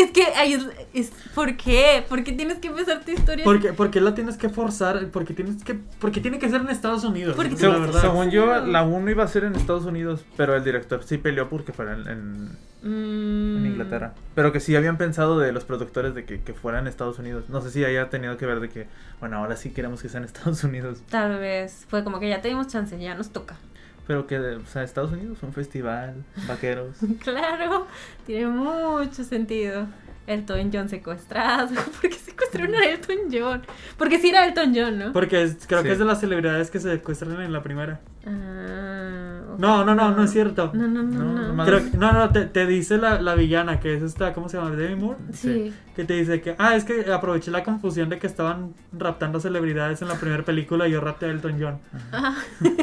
Es que ahí es, es- ¿por qué? ¿Por qué tienes que empezar tu historia?
Porque, porque la tienes que forzar, porque tienes que, porque tiene que ser en Estados Unidos.
Porque
la
Según,
verdad.
según yo, la 1 iba a ser en Estados Unidos, pero el director sí peleó porque fuera en, en-
Mm.
en Inglaterra. Pero que sí habían pensado de los productores de que, que fuera en Estados Unidos. No sé si haya tenido que ver de que, bueno, ahora sí queremos que sea en Estados Unidos.
Tal vez fue como que ya te dimos chance, ya nos toca.
Pero que, o sea, Estados Unidos, un festival, vaqueros.
Claro, tiene mucho sentido. Elton John secuestrado. ¿Por qué secuestraron a Elton John? Porque sí era Elton John, ¿no?
Porque es- creo
Sí.
que es de las celebridades que se secuestran en la primera.
Ah, ok.
No, no, no, no es cierto.
No, no, no.
No,
no.
nomás-
Creo que- no, no, te, te dice la, la villana, que es esta, ¿cómo se llama? Demi Moore.
Sí.
Que te dice que, ah, es que aproveché la confusión de que estaban raptando celebridades en la primera película y yo rapté a Elton John.
Ah.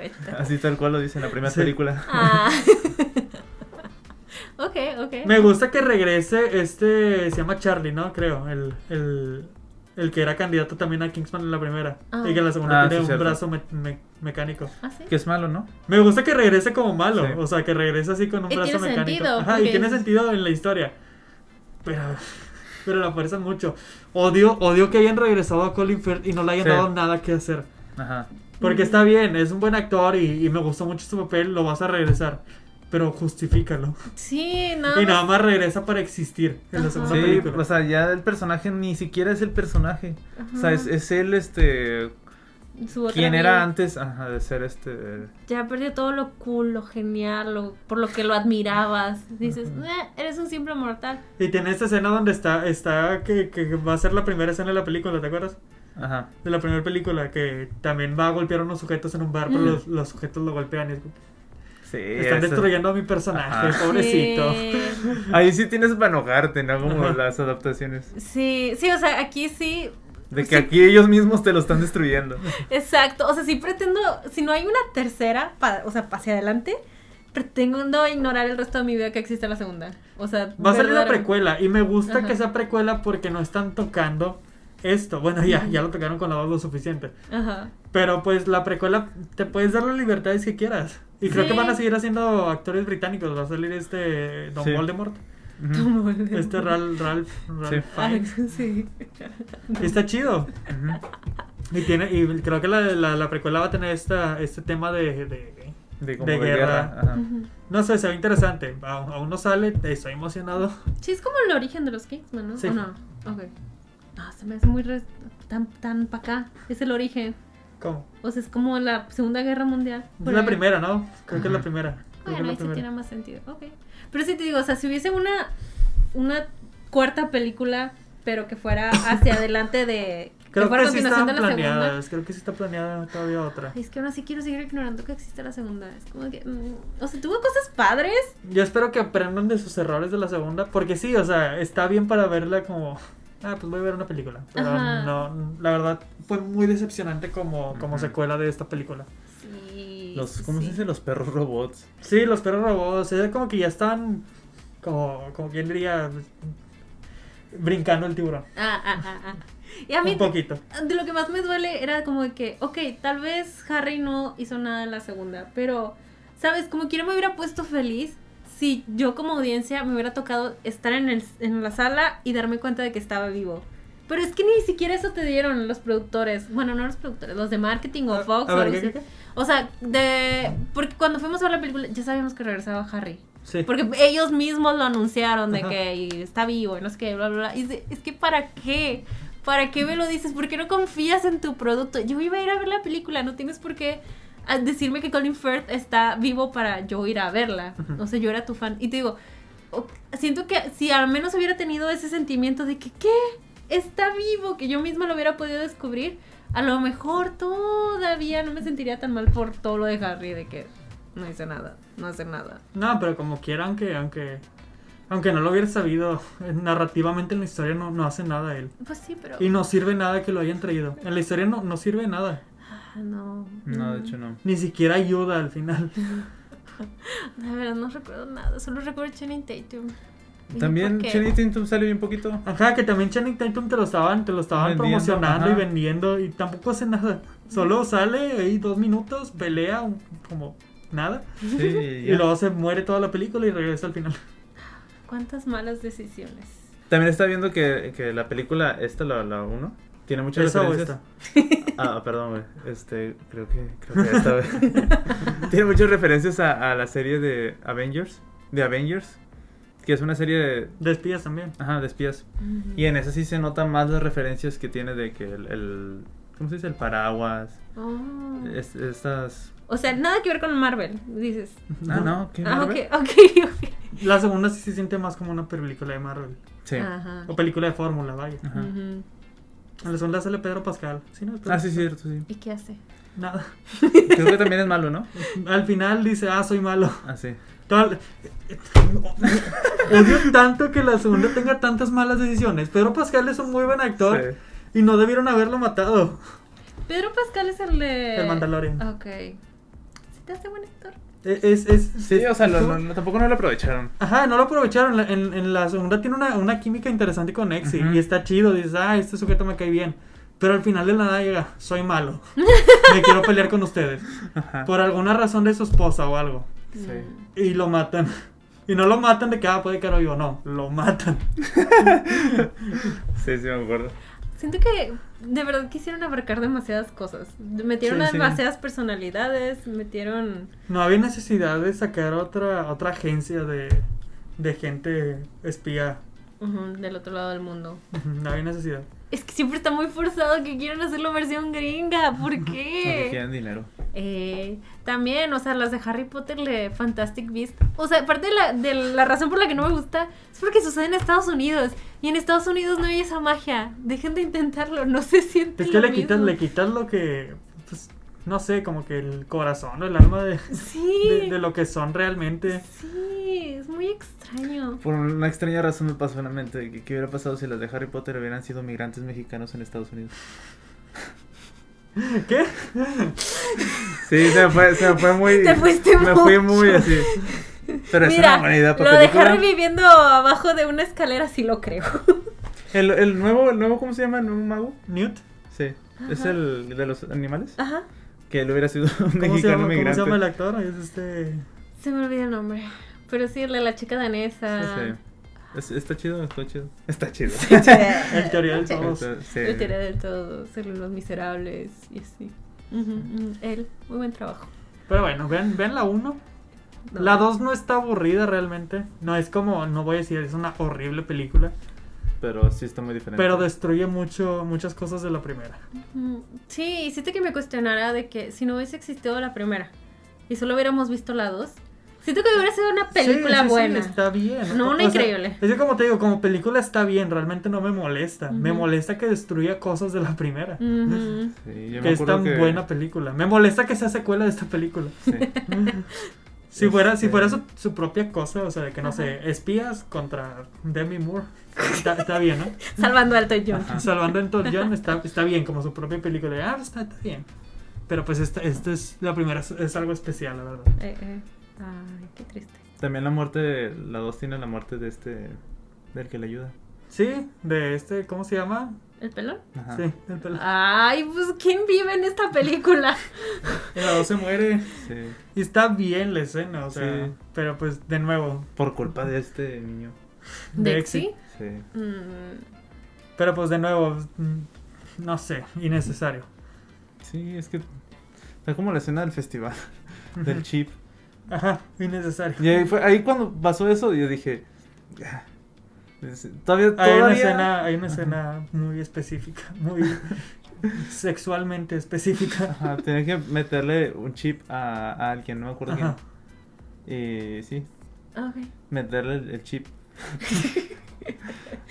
Elton.
Así tal cual lo dice en la primera
Sí.
película.
Ah. ok, ok.
Me gusta que regrese este, se llama Charlie, ¿no? Creo, el, el, el que era candidato también a Kingsman en la primera.
Ah.
Y que en la segunda
Ah,
tiene
sí,
un
cierto.
brazo me- me- mecánico.
Ah, sí.
Que es malo, ¿no?
Me gusta que regrese como malo,
Sí.
o sea, que regrese así con un
Y
brazo
tiene
mecánico.
sentido,
Ajá, y
porque-
tiene sentido en la historia. Pero, pero la fuerzan mucho. Odio, odio que hayan regresado a Colin Firth y no le hayan
Sí.
dado nada que hacer.
Ajá.
Porque
Mm.
está bien, es un buen actor y, y me gustó mucho su papel, lo vas a regresar. Pero justifícalo.
Sí, no. pues
Y nada más regresa para existir en la segunda
Sí, pues,
película.
o sea, ya el personaje ni siquiera es el personaje. O sea,
Ajá.
es, es él, este.
Su otra
Quien
vida.
era antes ajá, de ser este.
Ya perdió todo lo cool, lo genial, lo, por lo que lo admirabas. Dices, "Eh, eres un simple mortal.
Y tiene esta escena donde está, está que, que va a ser la primera escena de la película, ¿te acuerdas?
Ajá.
De la primera película, que también va a golpear a unos sujetos en un bar, pero
Ujú.
los, los sujetos lo golpean. y es como,
Sí.
Están
eso.
destruyendo a mi personaje,
Ajá.
pobrecito.
Sí.
Ahí sí tienes para enojarte, ¿no? Como
Ajá.
las adaptaciones.
sí, sí, o sea, aquí sí,
De que
Sí.
aquí ellos mismos te lo están destruyendo.
exacto. O sea, sí pretendo, si no hay una tercera, pa- o sea, pa' hacia adelante, pretendo ignorar el resto de mi vida que existe la segunda. O sea,
Va a salir una
verdadero-
precuela y me gusta
Ajá.
que sea precuela porque no están tocando esto. Bueno, ya, ya lo tocaron con la voz lo suficiente.
Ajá.
Pero pues la precuela te puedes dar las libertades que quieras. Y creo que
Sí.
van a seguir haciendo actores británicos. Va a salir este Don
Sí.
Voldemort.
Ujú,
Este Ralph, Ralph, Ralph
Ay,
Fiennes.
sí.
Y Está chido.
ujú.
Y, tiene, y creo que la, la, la precuela va a tener esta, este tema de- de
De, como
De
de guerra.
guerra.
ajá.
Ujú.
No sé, se ve interesante. Aún, aún no sale, estoy emocionado.
Sí, es como el origen de los Kingsman, ¿no?
Sí.
¿O no? Ok. No, se me hace muy re- tan, tan para acá. Es el origen.
¿Cómo?
O sea, es como la Segunda Guerra Mundial.
Es
por
la
ahí. Ah,
primera, ¿no? Creo que es la
Ajá.
primera. Creo que
Bueno, ahí
es la
sí tiene
primera.
más sentido. Ok. Pero sí te digo, o sea, si hubiese una, una cuarta película, pero que fuera hacia adelante de.
Creo
fuera
que sí
continuación
están
de la segunda.
planeadas. Creo que sí está planeada todavía otra.
Ay, Es que aún así quiero seguir ignorando que existe la segunda. Es como que. mm, o sea, tuvo cosas padres.
Yo espero que aprendan de sus errores de la segunda. Porque sí, o sea, está bien para verla como. Ah, pues voy a ver una película. Pero
Ajá.
no, la verdad fue muy decepcionante como, como
Ujú.
secuela de esta película.
Sí.
Los, ¿Cómo
sí.
se dice? Los perros robots.
Sí, los perros robots, es como que ya están. Como, como quien diría. Brincando el tiburón.
Ah, ah, ah, ah. Y a mí,
Un poquito.
de lo que más me duele era como de que, ok, tal vez Harry no hizo nada en la segunda, pero, ¿sabes? Como quiera me hubiera puesto feliz si yo como audiencia me hubiera tocado estar en, el, en la sala y darme cuenta de que estaba vivo. Pero es que ni siquiera eso te dieron los productores. Bueno, no los productores, los de marketing o Fox.
A
o,
ver,
algo
¿qué,
así.
qué, qué?
o sea, de porque cuando fuimos a ver la película ya sabíamos que regresaba Harry.
Sí.
Porque ellos mismos lo anunciaron de
Ajá.
que y está vivo y no sé qué, bla, bla, bla. Y dice, es que ¿para qué? ¿Para qué me lo dices? ¿Por qué no confías en tu producto? Yo iba a ir a ver la película, no tienes por qué ah, decirme que Colin Firth está vivo para yo ir a verla.
Ujú.
No sé, yo era tu fan. Y te digo, o- siento que si al menos hubiera tenido ese sentimiento de que, ¿qué? Está vivo, que yo misma lo hubiera podido descubrir, a lo mejor todavía no me sentiría tan mal por todo lo de Harry, de que no hice nada, no hace nada.
No, pero como quiera, aunque, aunque, aunque no lo hubiera sabido, eh, narrativamente en la historia no, no hace nada él.
Pues sí, pero...
Y no sirve nada que lo hayan traído. En la historia no, no sirve nada.
Ah, no.
No, de hecho no.
Ni siquiera ayuda al final.
La verdad no recuerdo nada, solo recuerdo Channing Tatum. ¿Y
También
por qué?
Channing Tatum sale bien poquito.
Ajá, que también Channing Tatum te lo estaban, te lo estaban
Vendiendo,
promocionando
ajá.
y vendiendo y tampoco hace nada. Solo sale ahí dos minutos, pelea un- como nada
Sí,
y
ya.
luego se muere toda la película y regresa al final.
¿Cuántas malas decisiones?
También está viendo que, que la película, esta, la 1, tiene muchas
Esa o
referencias. Ah, perdón, güey. Este, creo que, creo que esta, güey. Tiene muchas referencias a, a la serie de Avengers. De Avengers. Que es una serie de,
De espías también.
ajá, de espías. Y en esa sí se notan más las referencias que tiene de que el. el- ¿Cómo se dice? El paraguas.
Oh.
es- estas.
O sea, nada que ver con Marvel, dices.
Ah, no, ¿qué
Ah, ok,
Marvel?
ok, ok.
La segunda sí se siente más como una película de Marvel.
Sí.
Ajá.
O película de fórmula, vaya.
Ajá.
Ah. Ujú.
En la segunda sale Pedro Pascal. Sí, no, Pedro
Ah, sí,
Pascal.
cierto, sí.
¿Y qué hace?
Nada.
Creo que también es malo, ¿no?
Al final dice, ah, soy malo.
Ah, sí.
Tal- Odio tanto que la segunda tenga tantas malas decisiones. Pedro Pascal es un muy buen actor
Sí.
y no debieron haberlo matado.
Pedro Pascal es el de.
El Mandalorian.
Ok. ¿Se te hace buen actor?
E- Es, es,
Sí, o sea, lo- no- no- tampoco no lo aprovecharon.
Ajá, no lo aprovecharon. La- En, en la segunda tiene una, una química interesante con Exi
Ujú.
y está chido. Dices, ah, este sujeto me cae bien. Pero al final de la nada llega, soy malo. me quiero pelear con ustedes.
Ajá.
Por alguna razón de su esposa o algo.
Sí.
Mm.
Y lo matan. Y no lo matan de que, ah, puede que lo yo. No, lo matan.
Sí, sí, me acuerdo.
Siento que de verdad quisieron abarcar demasiadas cosas. Metieron
Sí, sí.
demasiadas personalidades, metieron.
No había necesidad de sacar otra, otra agencia de, de gente espía.
ujú, del otro lado del mundo.
Ujú, No había necesidad.
Es que siempre está muy forzado que quieren hacerlo versión gringa. ¿Por
Porque
qué?
quieren dinero.
Eh, también, o sea, las de Harry Potter, de Fantastic Beast. O sea, parte de la, de la razón por la que no me gusta es porque sucede en Estados Unidos. Y en Estados Unidos no hay esa magia. Dejen de intentarlo, no se siente.
Es
lo
que le quitas,
mismo.
le quitas lo que, pues, no sé, como que el corazón o el alma de,
Sí.
de, de lo que son realmente.
Sí, es muy extraño.
Por una extraña razón me pasó en la mente de que qué hubiera pasado si las de Harry Potter hubieran sido migrantes mexicanos en Estados Unidos.
¿Qué?
Sí, se me fue, se me fue muy.
Te fuiste
Me fui
mucho.
muy así. Pero es
Mira,
una buena idea
lo
para
de
película.
Harry viviendo abajo de una escalera sí lo creo.
El, el nuevo, el nuevo, ¿cómo se llama? ¿El nuevo mago?
¿Newt?
Sí. Es
Ajá.
el de los animales.
Ajá,
Que él hubiera sido un
Ah. ¿Cómo se,
mexicano
llama, cómo
migrante.
se llama el actor? Es este...
se me olvida el nombre. Pero sí, el de la chica danesa.
Sí. Es- está chido, está chido. Está chido.
El teoría del todo.
Está- sí.
La teoría del todo, ser los miserables y así. Ujú, ujú, Él, muy buen trabajo.
Pero bueno, vean, vean la 1.
No.
La 2 no está aburrida realmente. No es como, no voy a decir, es una horrible película.
Pero sí está muy diferente.
Pero destruye mucho, muchas cosas de la primera.
Ujú. Mm, Sí, hiciste que me cuestionara de que si no hubiese existido la primera y solo hubiéramos visto la dos, siento que hubiera sido una película
Sí, sí, sí,
buena.
está bien.
No,
O
una
sea,
increíble.
es que como te digo, como película está bien, realmente no me molesta. Me
Ujú.
molesta que destruya cosas de la primera.
Ujú.
Sí, yo me
Que es
acuerdo
tan
que-
buena película. Me molesta que sea secuela de esta película.
Sí.
Si fuera, si
Este-
fuera su, su propia cosa, o sea, de que no sé, espías contra Demi Moore. Está, está bien, ¿no?
Salvando al Toy John.
Ajá.
Salvando en Tor John está, está bien, como su propia película. Ah, está, está bien. Pero pues esta, esta es la primera, es- es algo especial, la verdad.
Eh, eh. Ay, qué triste.
También la muerte, de- la dos tiene la muerte de este, del que le ayuda.
Sí, de este, ¿cómo se llama?
¿El pelón?
Ajá.
Sí, el pelo.
Ay, pues ¿quién vive en esta película?
Y la dos se muere.
Sí.
Y está bien la escena, o sea,
Sí.
pero pues de nuevo,
Por culpa de este niño.
¿Dexy?
Sí.
Mm,
Pero pues de nuevo, mm, no sé, innecesario.
Sí, es que está como la escena del festival, del chip.
Ajá, innecesario.
Y ahí, fue, ahí cuando pasó eso, yo dije, "Ya". Es- todavía,
Hay
todavía.
una escena, hay una escena muy específica, muy sexualmente específica.
Ajá, tenía que meterle un chip a, a alguien, no me acuerdo
Ajá.
quién. Y sí,
ok.
meterle el, el chip.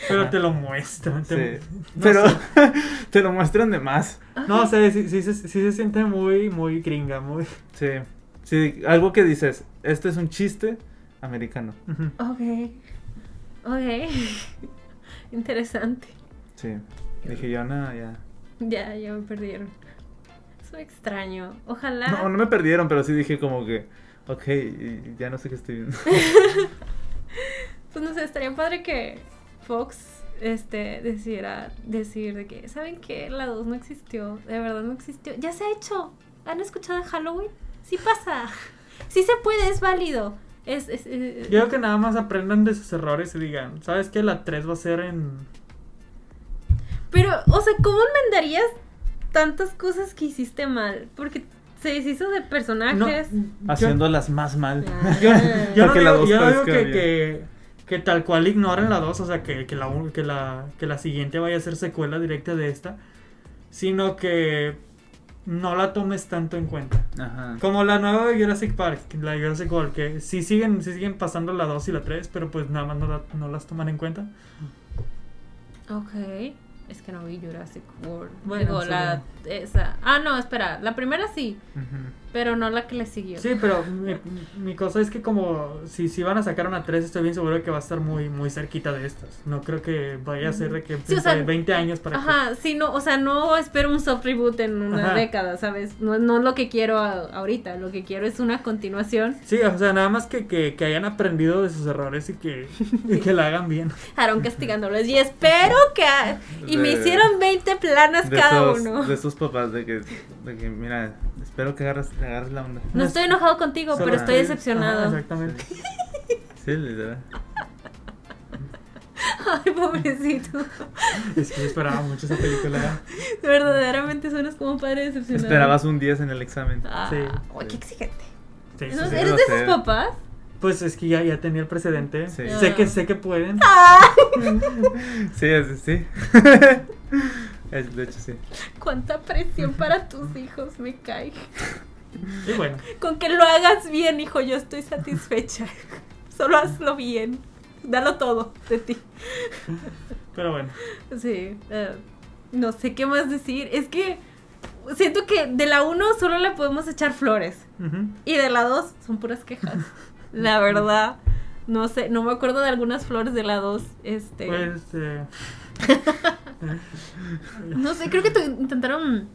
Pero
Ajá.
te lo muestran. te-
Sí.
no
Pero
sé.
te lo muestran de más.
No sé, sí, sí se- sí se siente muy, muy gringa, muy...
Sí. Sí, algo que dices, este es un chiste americano.
Ujú.
Ok. Ok. Interesante.
Sí. Dije, yo no, ya.
Ya, ya me perdieron. Es fue extraño. Ojalá.
No, no me perdieron, pero sí dije como que, ok, y ya no sé qué estoy viendo.
Pues no sé, estaría padre que Fox este, decidiera decir de que, ¿saben qué? La 2 no existió, de verdad no existió. Ya se ha hecho. ¿Han escuchado de Halloween? Sí pasa. Sí se puede, es válido. Es, es- es-
Yo creo que nada más aprendan de sus errores y digan, ¿sabes qué? La 3 va a ser en...
Pero, o sea, ¿cómo enmendarías tantas cosas que hiciste mal? Porque se deshizo de
No,
personajes.
yo-
Haciéndolas más mal.
Ah.
Yo, yo no
Porque la
digo,
dos
yo no digo
parezca
que,
bien.
que, que tal cual ignoren la 2, o sea, que, que la, un- que, la, que la siguiente vaya a ser secuela directa de esta, sino que no la tomes tanto en cuenta.
Ajá.
Como la nueva de Jurassic Park, la de Jurassic World, que sí siguen, sí siguen pasando la 2 y la 3, pero pues nada más no, la- no las toman en cuenta.
Ok. Es que no vi Jurassic World.
Bueno,
Digo, la, esa. Ah, no, espera. La primera sí,
Ujú.
pero no la que le siguió.
Sí, pero mi, mi cosa es que como si, si van a sacar una 3, estoy bien seguro de que va a estar muy, muy cerquita de estas. No creo que vaya a ser de que
Sí, o sea,
de 20 años para que-
Ajá, sí, no, o sea, no espero un soft reboot en una
Ajá.
década, ¿sabes? No, no es lo que quiero a- ahorita, lo que quiero es una continuación.
Sí, o sea, nada más que, que, que hayan aprendido de sus errores y que, y que la hagan bien.
Aaron castigándolos y espero que... a- Y me
De-
hicieron 20 planas
De
cada
esos,
uno.
de esos papás de que, de que, mira, espero que agarres, te agarres la onda.
No estoy enojado contigo,
Solo
pero estoy
que-
decepcionado.
Ajá, exactamente.
Sí, literal.
Ay, pobrecito.
Es que yo esperaba mucho esa película.
Verdaderamente suenas como un padre decepcionado.
Esperabas un 10 en el examen.
Ah,
Sí.
ay, qué exigente.
Sí, sí,
¿No-
sí.
sé.
¿Eres
lo
de esos
sé.
papás?
Pues es que ya, ya tenía el precedente.
Sí.
Sé que
Ah.
sé que pueden.
Sí, es- sí. Es- de hecho, sí.
Cuánta presión para tus hijos me cae.
Y bueno,
Con que lo hagas bien, hijo, yo estoy satisfecha. Solo hazlo bien. Dalo todo de ti.
pero bueno.
Sí. eh, no sé qué más decir. Es que siento que de la 1 solo le podemos echar flores.
Ujú.
Y de la 2 son puras quejas. La verdad. No sé, no me acuerdo de algunas flores de la 2. Este.
Pues, eh,
No sé, creo que tu- intentaron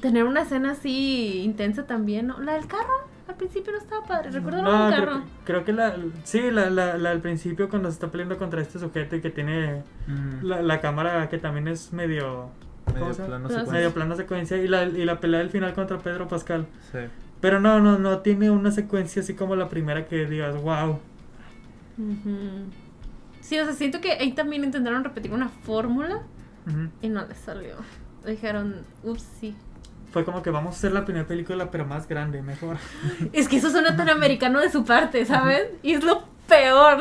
tener una escena así intensa también. ¿no? La del carro. Al principio no estaba padre. Recuerdo la
no,
del
creo,
carro.
que- creo que la. Sí, la, la, la al principio cuando se está peleando contra este sujeto y que tiene
Mm.
la, la cámara que también es medio. ¿cómo
Medio
se llama?
plano
Medio
Medio
secuencia.
plano secuencia y la, y la pelea del final contra Pedro Pascal.
Sí.
Pero no, no, no tiene una secuencia así como la primera que digas, wow.
Ujú. Sí, o sea, siento que ahí también intentaron repetir una fórmula y no les salió. Dijeron, ups, sí.
Fue como que vamos a hacer la primera película, pero más grande, mejor.
Es que eso suena tan americano de su parte, ¿sabes? Y es lo peor.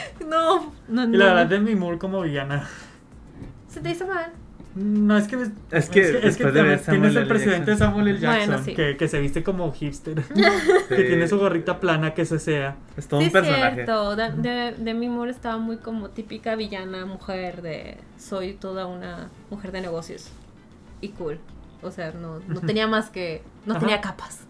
No, no,
Y la
no.
verdad, Demi Moore como villana.
Se te hizo mal.
No, es que.
Es que después de ver
también tienes
Samuel
el
L.
presidente
Jackson.
Samuel L. Jackson,
Bueno, sí.
que, que se viste como hipster, que
Sí.
tiene su gorrita plana, que se sea.
Es todo
sí,
un personaje.
es cierto. De, de, Demi Moore estaba muy como típica villana mujer de soy toda una mujer de negocios. Y cool. O sea, no, no
Ujú.
tenía más que... No
Ajá.
tenía capas.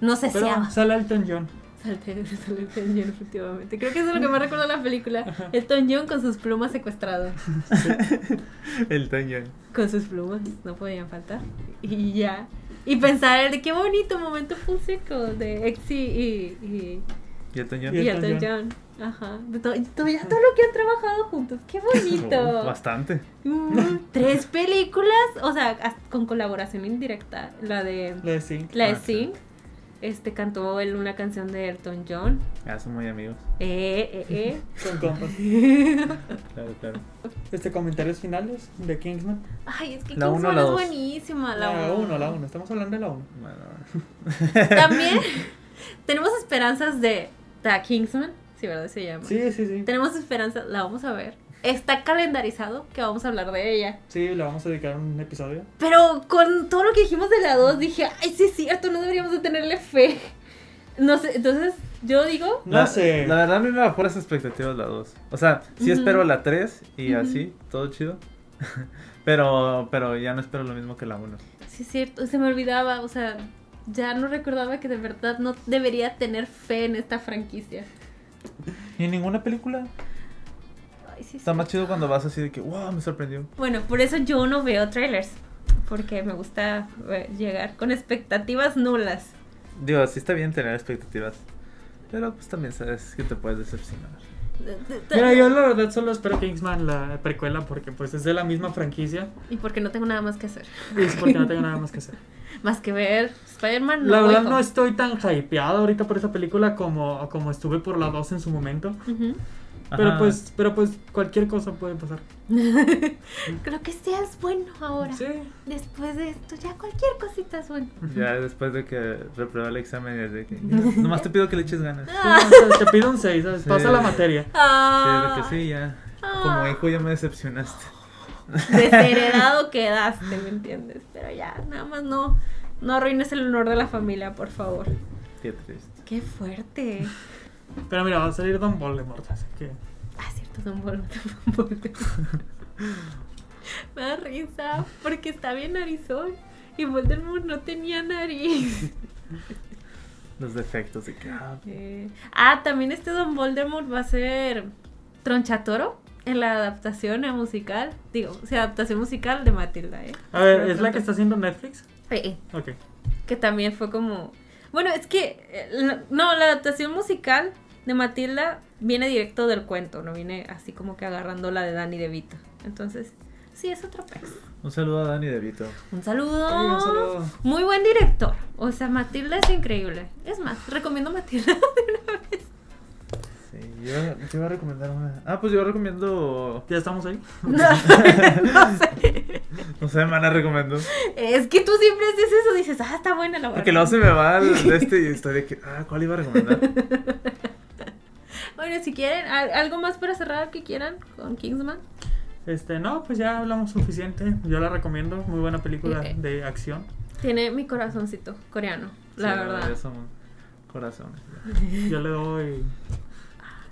No se
Pero sale Elton John.
Salte, sale Elton John, efectivamente. Creo que eso es lo que más recuerda la película. Elton John con sus plumas secuestrado.
El Toñón.
Con sus plumas, no podían faltar. Y ya. Y pensar, el de qué bonito momento punseco de Exy y, y,
¿Y el Toñón?
Y
y
Elton
Elton John. Ajá. De todo, y todo- ya todo lo que han trabajado juntos. Qué
Oh,
bonito.
bastante.
Mm, Tres películas, o sea, hasta con colaboración indirecta. La de
La de Sing.
la de
Ah, sí.
Sing. Este cantó él una canción de Elton John.
Ah, son muy amigos.
Eh, eh, eh.
Son compas.
Claro, claro.
Este, comentarios finales de Kingsman.
Ay, es que
La uno o
Kingsman
la
es
dos.
buenísima.
La
La
1,
uno
la 1. Estamos hablando de la 1.
Bueno,
También tenemos esperanzas de The Kingsman, si verdad se llama.
Sí, sí, sí.
Tenemos esperanzas, la vamos a ver. Está calendarizado que vamos a hablar de ella.
Sí, le vamos a dedicar un episodio.
Pero con todo lo que dijimos de la 2, dije, ay, sí es cierto, no deberíamos de tenerle fe. No sé, entonces yo digo,
No
la,
sé.
La verdad, a mí me bajó las expectativas la 2. O sea, sí espero
Ujú.
la 3 y
Ujú.
así, todo chido. pero, pero ya no espero lo mismo que la 1.
sí es cierto, se me olvidaba, o sea, ya no recordaba que de verdad no debería tener fe en esta franquicia.
Ni en ninguna película.
Ay, sí es
Está más
cierto.
chido cuando vas así de que, wow, me sorprendió.
Bueno, por eso yo no veo trailers. porque me gusta eh, llegar con expectativas nulas.
Digo, sí está bien tener expectativas. Pero pues también sabes que te puedes decepcionar.
Mira, yo la verdad solo espero Kingsman la precuela porque pues es de la misma franquicia
Y porque no tengo nada más que hacer.
y es porque no tengo nada más que hacer.
Más que ver Spider-Man.
La verdad
hueco.
no estoy tan hypeado ahorita por esa película como, como estuve por la 2 en su momento.
Ujú.
Pero
Ajá.
pues, pero pues cualquier cosa puede pasar.
Creo que sea es bueno ahora.
Sí.
Después de esto, ya cualquier cosita es bueno.
Ya después de que reprueba el examen, es de que. Nomás te pido que le eches ganas.
Sí, o sea, te pido un 6, ¿sabes? Pasa
Sí.
la materia.
Sí,
Ah,
lo que sí, ya. Como hijo ya me decepcionaste.
Desheredado quedaste, ¿me entiendes? Pero ya, nada más no, no arruines el honor de la familia, por favor.
Qué triste.
Qué fuerte.
Pero mira, va a salir Don Voldemort, así que...
Ah, cierto, Don Voldemort. Me da risa porque está bien narizón y Voldemort no tenía nariz.
Los defectos de que. ah,
Eh, ah, también este Don Voldemort va a ser Tronchatoro en la adaptación a musical. Digo, o sea, adaptación musical de Matilda, ¿eh?
A ver, ¿es la que está haciendo Netflix?
Eh, eh,
Ok.
que también fue como... Bueno, es que... eh, la- No, la adaptación musical de Matilda viene directo del cuento, no viene así como que agarrando la de Danny DeVito. Entonces, sí, es otro pez.
Un saludo a Dani DeVito.
Un saludo.
Oye, un saludo.
Muy buen director. O sea, Matilda es increíble. Es más, recomiendo Matilda.
Sí, yo, yo iba a recomendar una. Ah, pues yo recomiendo.
¿Ya estamos ahí?
No, no sé.
No sé, Mana recomendó.
Es que tú siempre haces eso, dices, ah, está buena la
Porque
verdad".
luego se me va al de este y estoy de que. Ah, ¿cuál iba a recomendar?
Bueno, si quieren, al- algo más para cerrar que quieran con Kingsman.
Este, no, pues ya hablamos suficiente. Yo la recomiendo. Muy buena película
Eh, eh.
de acción.
Tiene mi corazoncito coreano, la
Sí,
verdad.
ya son corazones.
Yo le doy...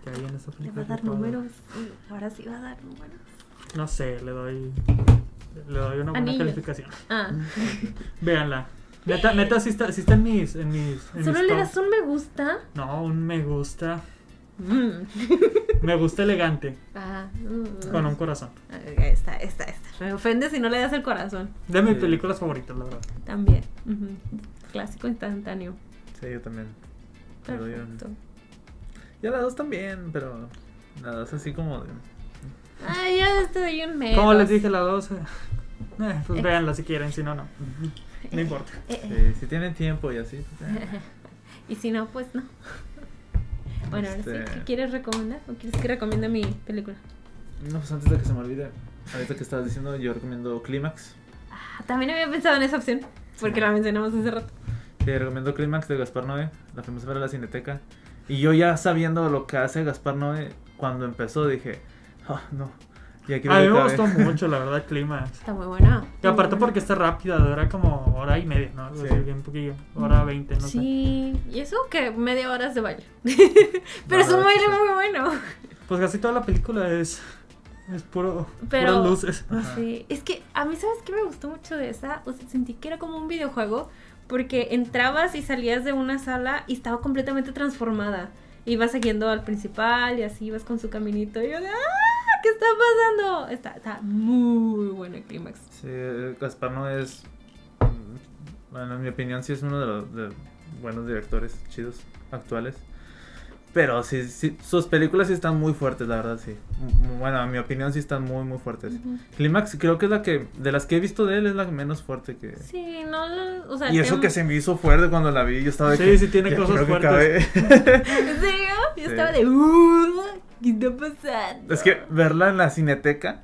¿Qué hay en esa
Le
película?
va a dar
Yo le doy-
números. Mm, Ahora sí va a dar números.
No sé, le doy... Le doy una buena
Anillo.
calificación.
Ah,
Véanla. Neta, neta, sí está, sí está en mis... En mis en
solo
mis
le
top.
das un me gusta.
No, un me gusta.
Mm.
Me gusta elegante.
Ah, mm.
Con un corazón.
Ah, Esta, esta, esta. Me ofende si no le das el corazón.
De mis
Sí.
películas favoritas, la verdad.
También. ujú. Clásico instantáneo.
Sí, yo también. Le doy un-
Perfecto.
Ya las dos también, pero. La dos así como de.
Ah, ya este doy un menos.
Como les dije, la 12. Eh, pues
Eh.
véanla si quieren, si no, no. No importa.
Eh, eh.
Sí, si tienen tiempo y así. pues, eh.
Y si no, pues no. Bueno, ahora sí,
Este-
¿qué quieres recomendar? ¿O quieres que recomiende mi película?
No, pues antes de que se me olvide, ahorita que estabas diciendo, yo recomiendo Clímax.
Ah, también había pensado en esa opción, porque la mencionamos hace rato.
Te recomiendo Clímax de Gaspar Noé, la fuimos a ver a la Cineteca. Y yo ya sabiendo lo que hace Gaspar Noé, cuando empezó dije, ah, no. Y aquí
A mí me
acabé.
gustó mucho, la verdad, clima.
Está muy buena.
Y aparte
Oh.
porque está rápida, dura como hora y media, ¿no? Algo
Sí.
así, bien poquillo. Hora veinte, no sé.
Sí, y eso que media horas de baile.
No,
Pero es
la verdad
un baile
que sí.
muy bueno.
Pues casi toda la película es. Es puro.
Pero-
Puras luces.
Ajá.
Sí, es que a mí, ¿sabes qué me gustó mucho de esa? O sea, sentí que era como un videojuego porque entrabas y salías de una sala y estaba completamente transformada. Ibas siguiendo al principal y así ibas con su caminito. Y yo de, ¡ah! ¿Qué está pasando? Está, está muy bueno el clímax.
Sí, eh, Gaspar Noé es, mm, bueno, en mi opinión sí es uno de los de buenos directores chidos actuales. Pero sí, sí, sus películas sí están muy fuertes, la verdad, sí. Mm, Bueno, en mi opinión sí están muy, muy fuertes.
Ujú.
Clímax creo que es la que, de las que he visto de él, es la menos fuerte que...
Sí, no, o sea...
Y eso
tem-
que se me hizo fuerte cuando la vi, yo estaba de
Sí,
que,
sí tiene
ya
cosas
quiero que
fuertes.
acabe.
¿En serio? Yo
Sí.
estaba de, ¡uh! ¿Qué está pasando?
es que verla en la cineteca,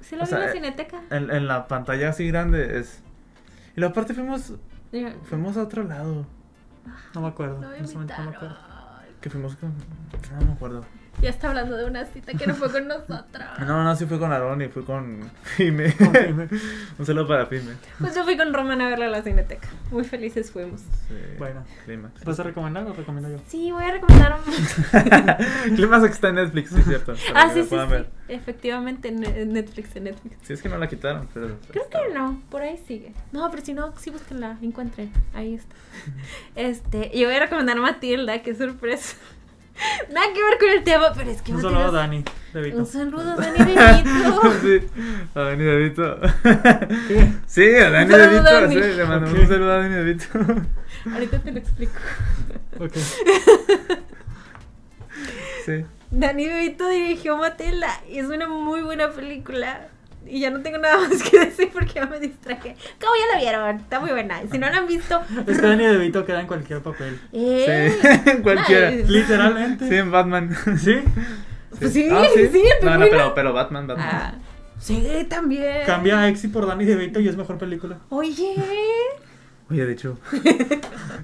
Sí, la
o
vi
sea,
en la
eh,
cineteca.
en, en la pantalla así grande, es... Y luego aparte fuimos,
Mira,
fuimos a otro lado,
No me acuerdo.
no me
en ese momento no me
invitaron.
acuerdo.
que fuimos con... No me acuerdo.
Ya está hablando de una cita que no fue con nosotros.
No, no, sí fue con Aaron y fue con Pime.
Con Pime.
Un saludo para Pime.
Pues yo fui con Roman a verla a la cineteca. Muy felices fuimos.
Sí,
Bueno. pues
Clímax.
¿Vas a recomendar o recomiendo yo?
Sí, voy a recomendar un.
Clímax está en Netflix, sí, es cierto. para que
ah, sí,
la
sí,
puedan
sí.
ver.
Efectivamente, en en Netflix, en Netflix.
Sí, es que no la quitaron, pero...
Creo que no, por ahí sigue. No, pero si no, sí búsquenla, encuentren. Ahí está. Este, y voy a recomendar Matilda, qué sorpresa. Nada que ver con el tema, pero es que
Un
no
saludo a
tienes-
Dani, de Vito.
Un saludo a Dani Benito.
sí. A Dani Devito.
¿Qué?
Sí, a Dani
Un
Devito.
saludo, Dani.
Sí, le mandamos
Ok.
un saludo a Dani Devito.
Ahorita te lo explico.
Ok.
sí.
Dani Benito dirigió Matela y es una muy buena película. Y ya no tengo nada más que decir porque ya me distraje. Como ya la vieron, está muy buena. Si no la han visto,
Es que Danny DeVito queda en cualquier papel.
¡eh!
Sí. Cualquiera.
Nice.
Literalmente.
Sí, en Batman.
Sí,
Pues sí,
Ah,
sí, el
No, no,
pingüino.
pero, pero Batman, Batman.
Ah, sí, también.
Cambia a Exi por Danny DeVito y es mejor película.
Oye,
Oye, de hecho,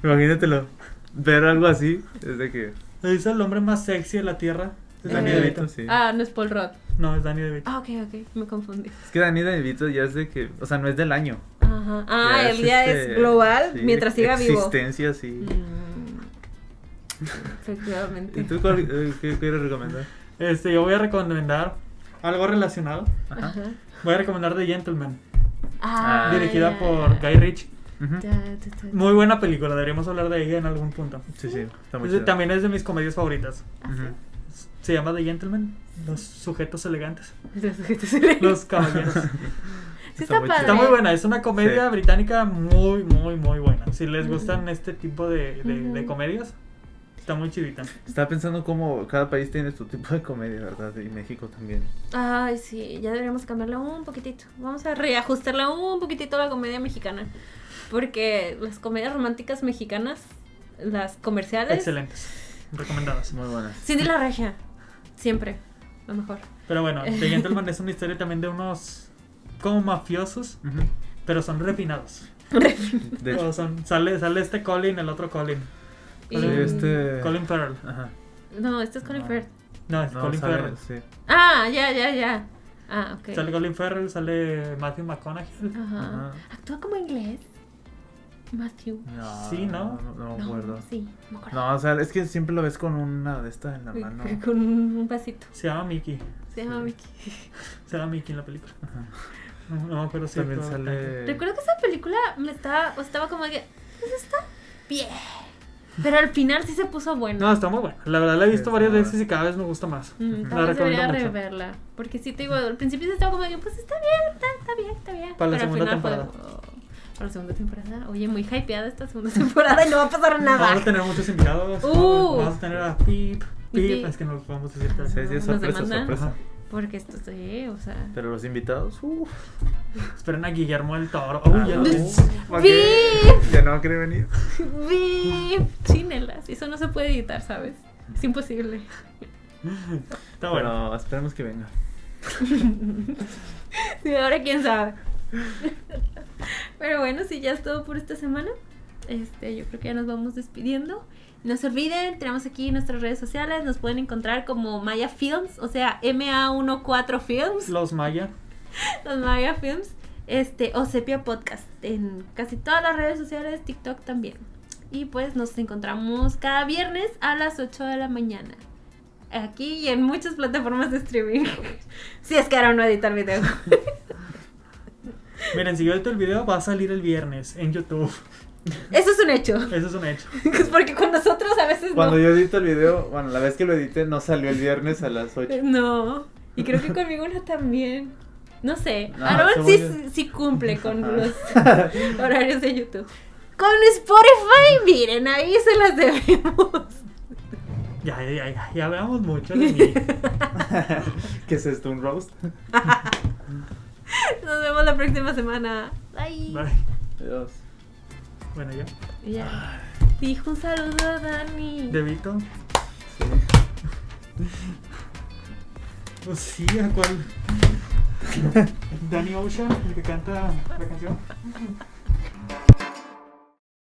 imagínatelo. Ver algo así es de que.
Le dice el hombre más sexy de la tierra. Es Danny
Eh.
DeVito.
sí.
ah, no es Paul Rudd.
No, es Danny DeVito.
Ah, ok, ok, me confundí.
Es que Dani DeVito ya es de que. O sea, no es del año.
Ajá. Ah,
Ya
el día
este,
es global
sí,
mientras siga vivo.
Existencia, sí.
Mm,
¿Y
Efectivamente.
tú cuál- eh, qué quieres recomendar?
Este, yo voy a recomendar algo relacionado.
Ajá.
Ajá.
Voy a recomendar The Gentleman,
Ah.
dirigida
ya.
por Guy Ritchie.
Ujú.
Ya, ya, ya.
Muy buena película, deberíamos hablar de ella en algún punto.
Sí, sí. Está muy
Es de-
chido.
también es de mis comedias favoritas.
Ujú.
Se llama The Gentleman, los sujetos elegantes,
Los sujetos elegantes.
los caballeros.
Sí, está
muy
padre.
Está muy buena, es una comedia
Sí.
británica muy, muy, muy buena. Si les
Ujú.
gustan este tipo de, de- de
Ujú.
comedias, está muy chidita.
Estaba pensando cómo cada país tiene su tipo de comedia, ¿verdad? Y México también.
Ay, sí, ya deberíamos cambiarla un poquitito. Vamos a reajustarla un poquitito a la comedia mexicana. Porque las comedias románticas mexicanas, las comerciales.
Excelentes, recomendadas.
Muy buenas.
Cindy la regia. Siempre. Lo mejor.
Pero bueno, The Gentleman es una historia también de unos como mafiosos,
Ujú.
pero son refinados.
De
O
hecho,
son- sale, sale este Colin, el otro Colin.
Y-
sí, este.
Colin Farrell.
Ajá.
No, este es Colin
Ah.
No.
Firth.
No, es
No,
Colin
sale-
Farrell.
sí.
Ah, ya, ya, ya. Ah, ok.
Sale Colin Farrell, sale Matthew McConaughey.
Ajá.
Ajá.
¿Actúa como inglés? Matthew.
No,
Sí, ¿no?
No, no me acuerdo.
sí, no me acuerdo.
No, o sea, es que siempre lo ves con una de estas en la mano.
Con un vasito.
Se llama Mickey.
Se llama
Sí.
Mickey.
Se llama Mickey en la película.
Ajá.
No, no me acuerdo si
También
actúa bastante.
sale.
Recuerdo que esa película me estaba, o estaba como de que, "Pues está bien. Pero al final sí se puso
No,
bueno.
está muy buena. La verdad la he
Sí,
visto
está
varias
buena.
veces y cada vez me gusta más.
Mm,
La
tal vez debería
recomiendo mucho.
reverla. Porque sí te digo, al principio sí estaba como de que, pues está bien, está, está bien, está bien.
Para la
Pero
segunda
al final
temporada.
fue. "Oh, para la segunda temporada. Oye, muy hypeada esta segunda temporada y no va a pasar nada.
Vamos a tener muchos invitados.
Uh.
Vamos a tener a Pip. Pip,
Pip.
es que no podemos decir tal.
Sí, sí,
Nos
es sorpresa,
demandan.
sorpresa.
Porque esto sí, o sea.
Pero los invitados, uff.
Esperen a Guillermo del
Ah.
Toro. Uy, ya lo vi.
¡Bip!
Ya no va a querer venir.
¡Bip! Chinelas. Eso no se puede editar, ¿sabes? Es imposible.
Está bueno.
Bueno, esperemos que venga.
Sí, ahora quién sabe. Pero bueno, si ya es todo por esta semana. Este, yo creo que ya nos vamos despidiendo. No se olviden, tenemos aquí nuestras redes sociales, nos pueden encontrar como Maya Films, o sea, MA14 Films,
Los Maya.
los Maya Films, este, o Sepia Podcast, en casi todas las redes sociales, TikTok también. Y pues nos encontramos cada viernes a las 8 de la mañana. Aquí y en muchas plataformas de streaming. si es que ahora no editar video.
Miren, si yo edito el video, va a salir el viernes en YouTube.
Eso es un hecho.
Eso es un hecho.
Es porque con nosotros a veces
Cuando
no.
yo edito el video, bueno, la vez que lo edité no salió el viernes a las 8.
No. Y creo que conmigo no también. No sé.
No,
Aaron
según
sí,
yo-
sí cumple con
Ajá.
los horarios de YouTube. Con Spotify, miren, ahí se las debemos.
Ya, ya, ya, ya hablamos mucho de mí.
¿Qué es esto? ¿Un roast?
Nos vemos la próxima semana. Bye.
Bye.
Dios.
Bueno, ya.
Ya. Dijo un saludo a Dani.
Debito.
Sí.
Pues sí, ¿a cuál? Danny Ocean, el que canta la canción.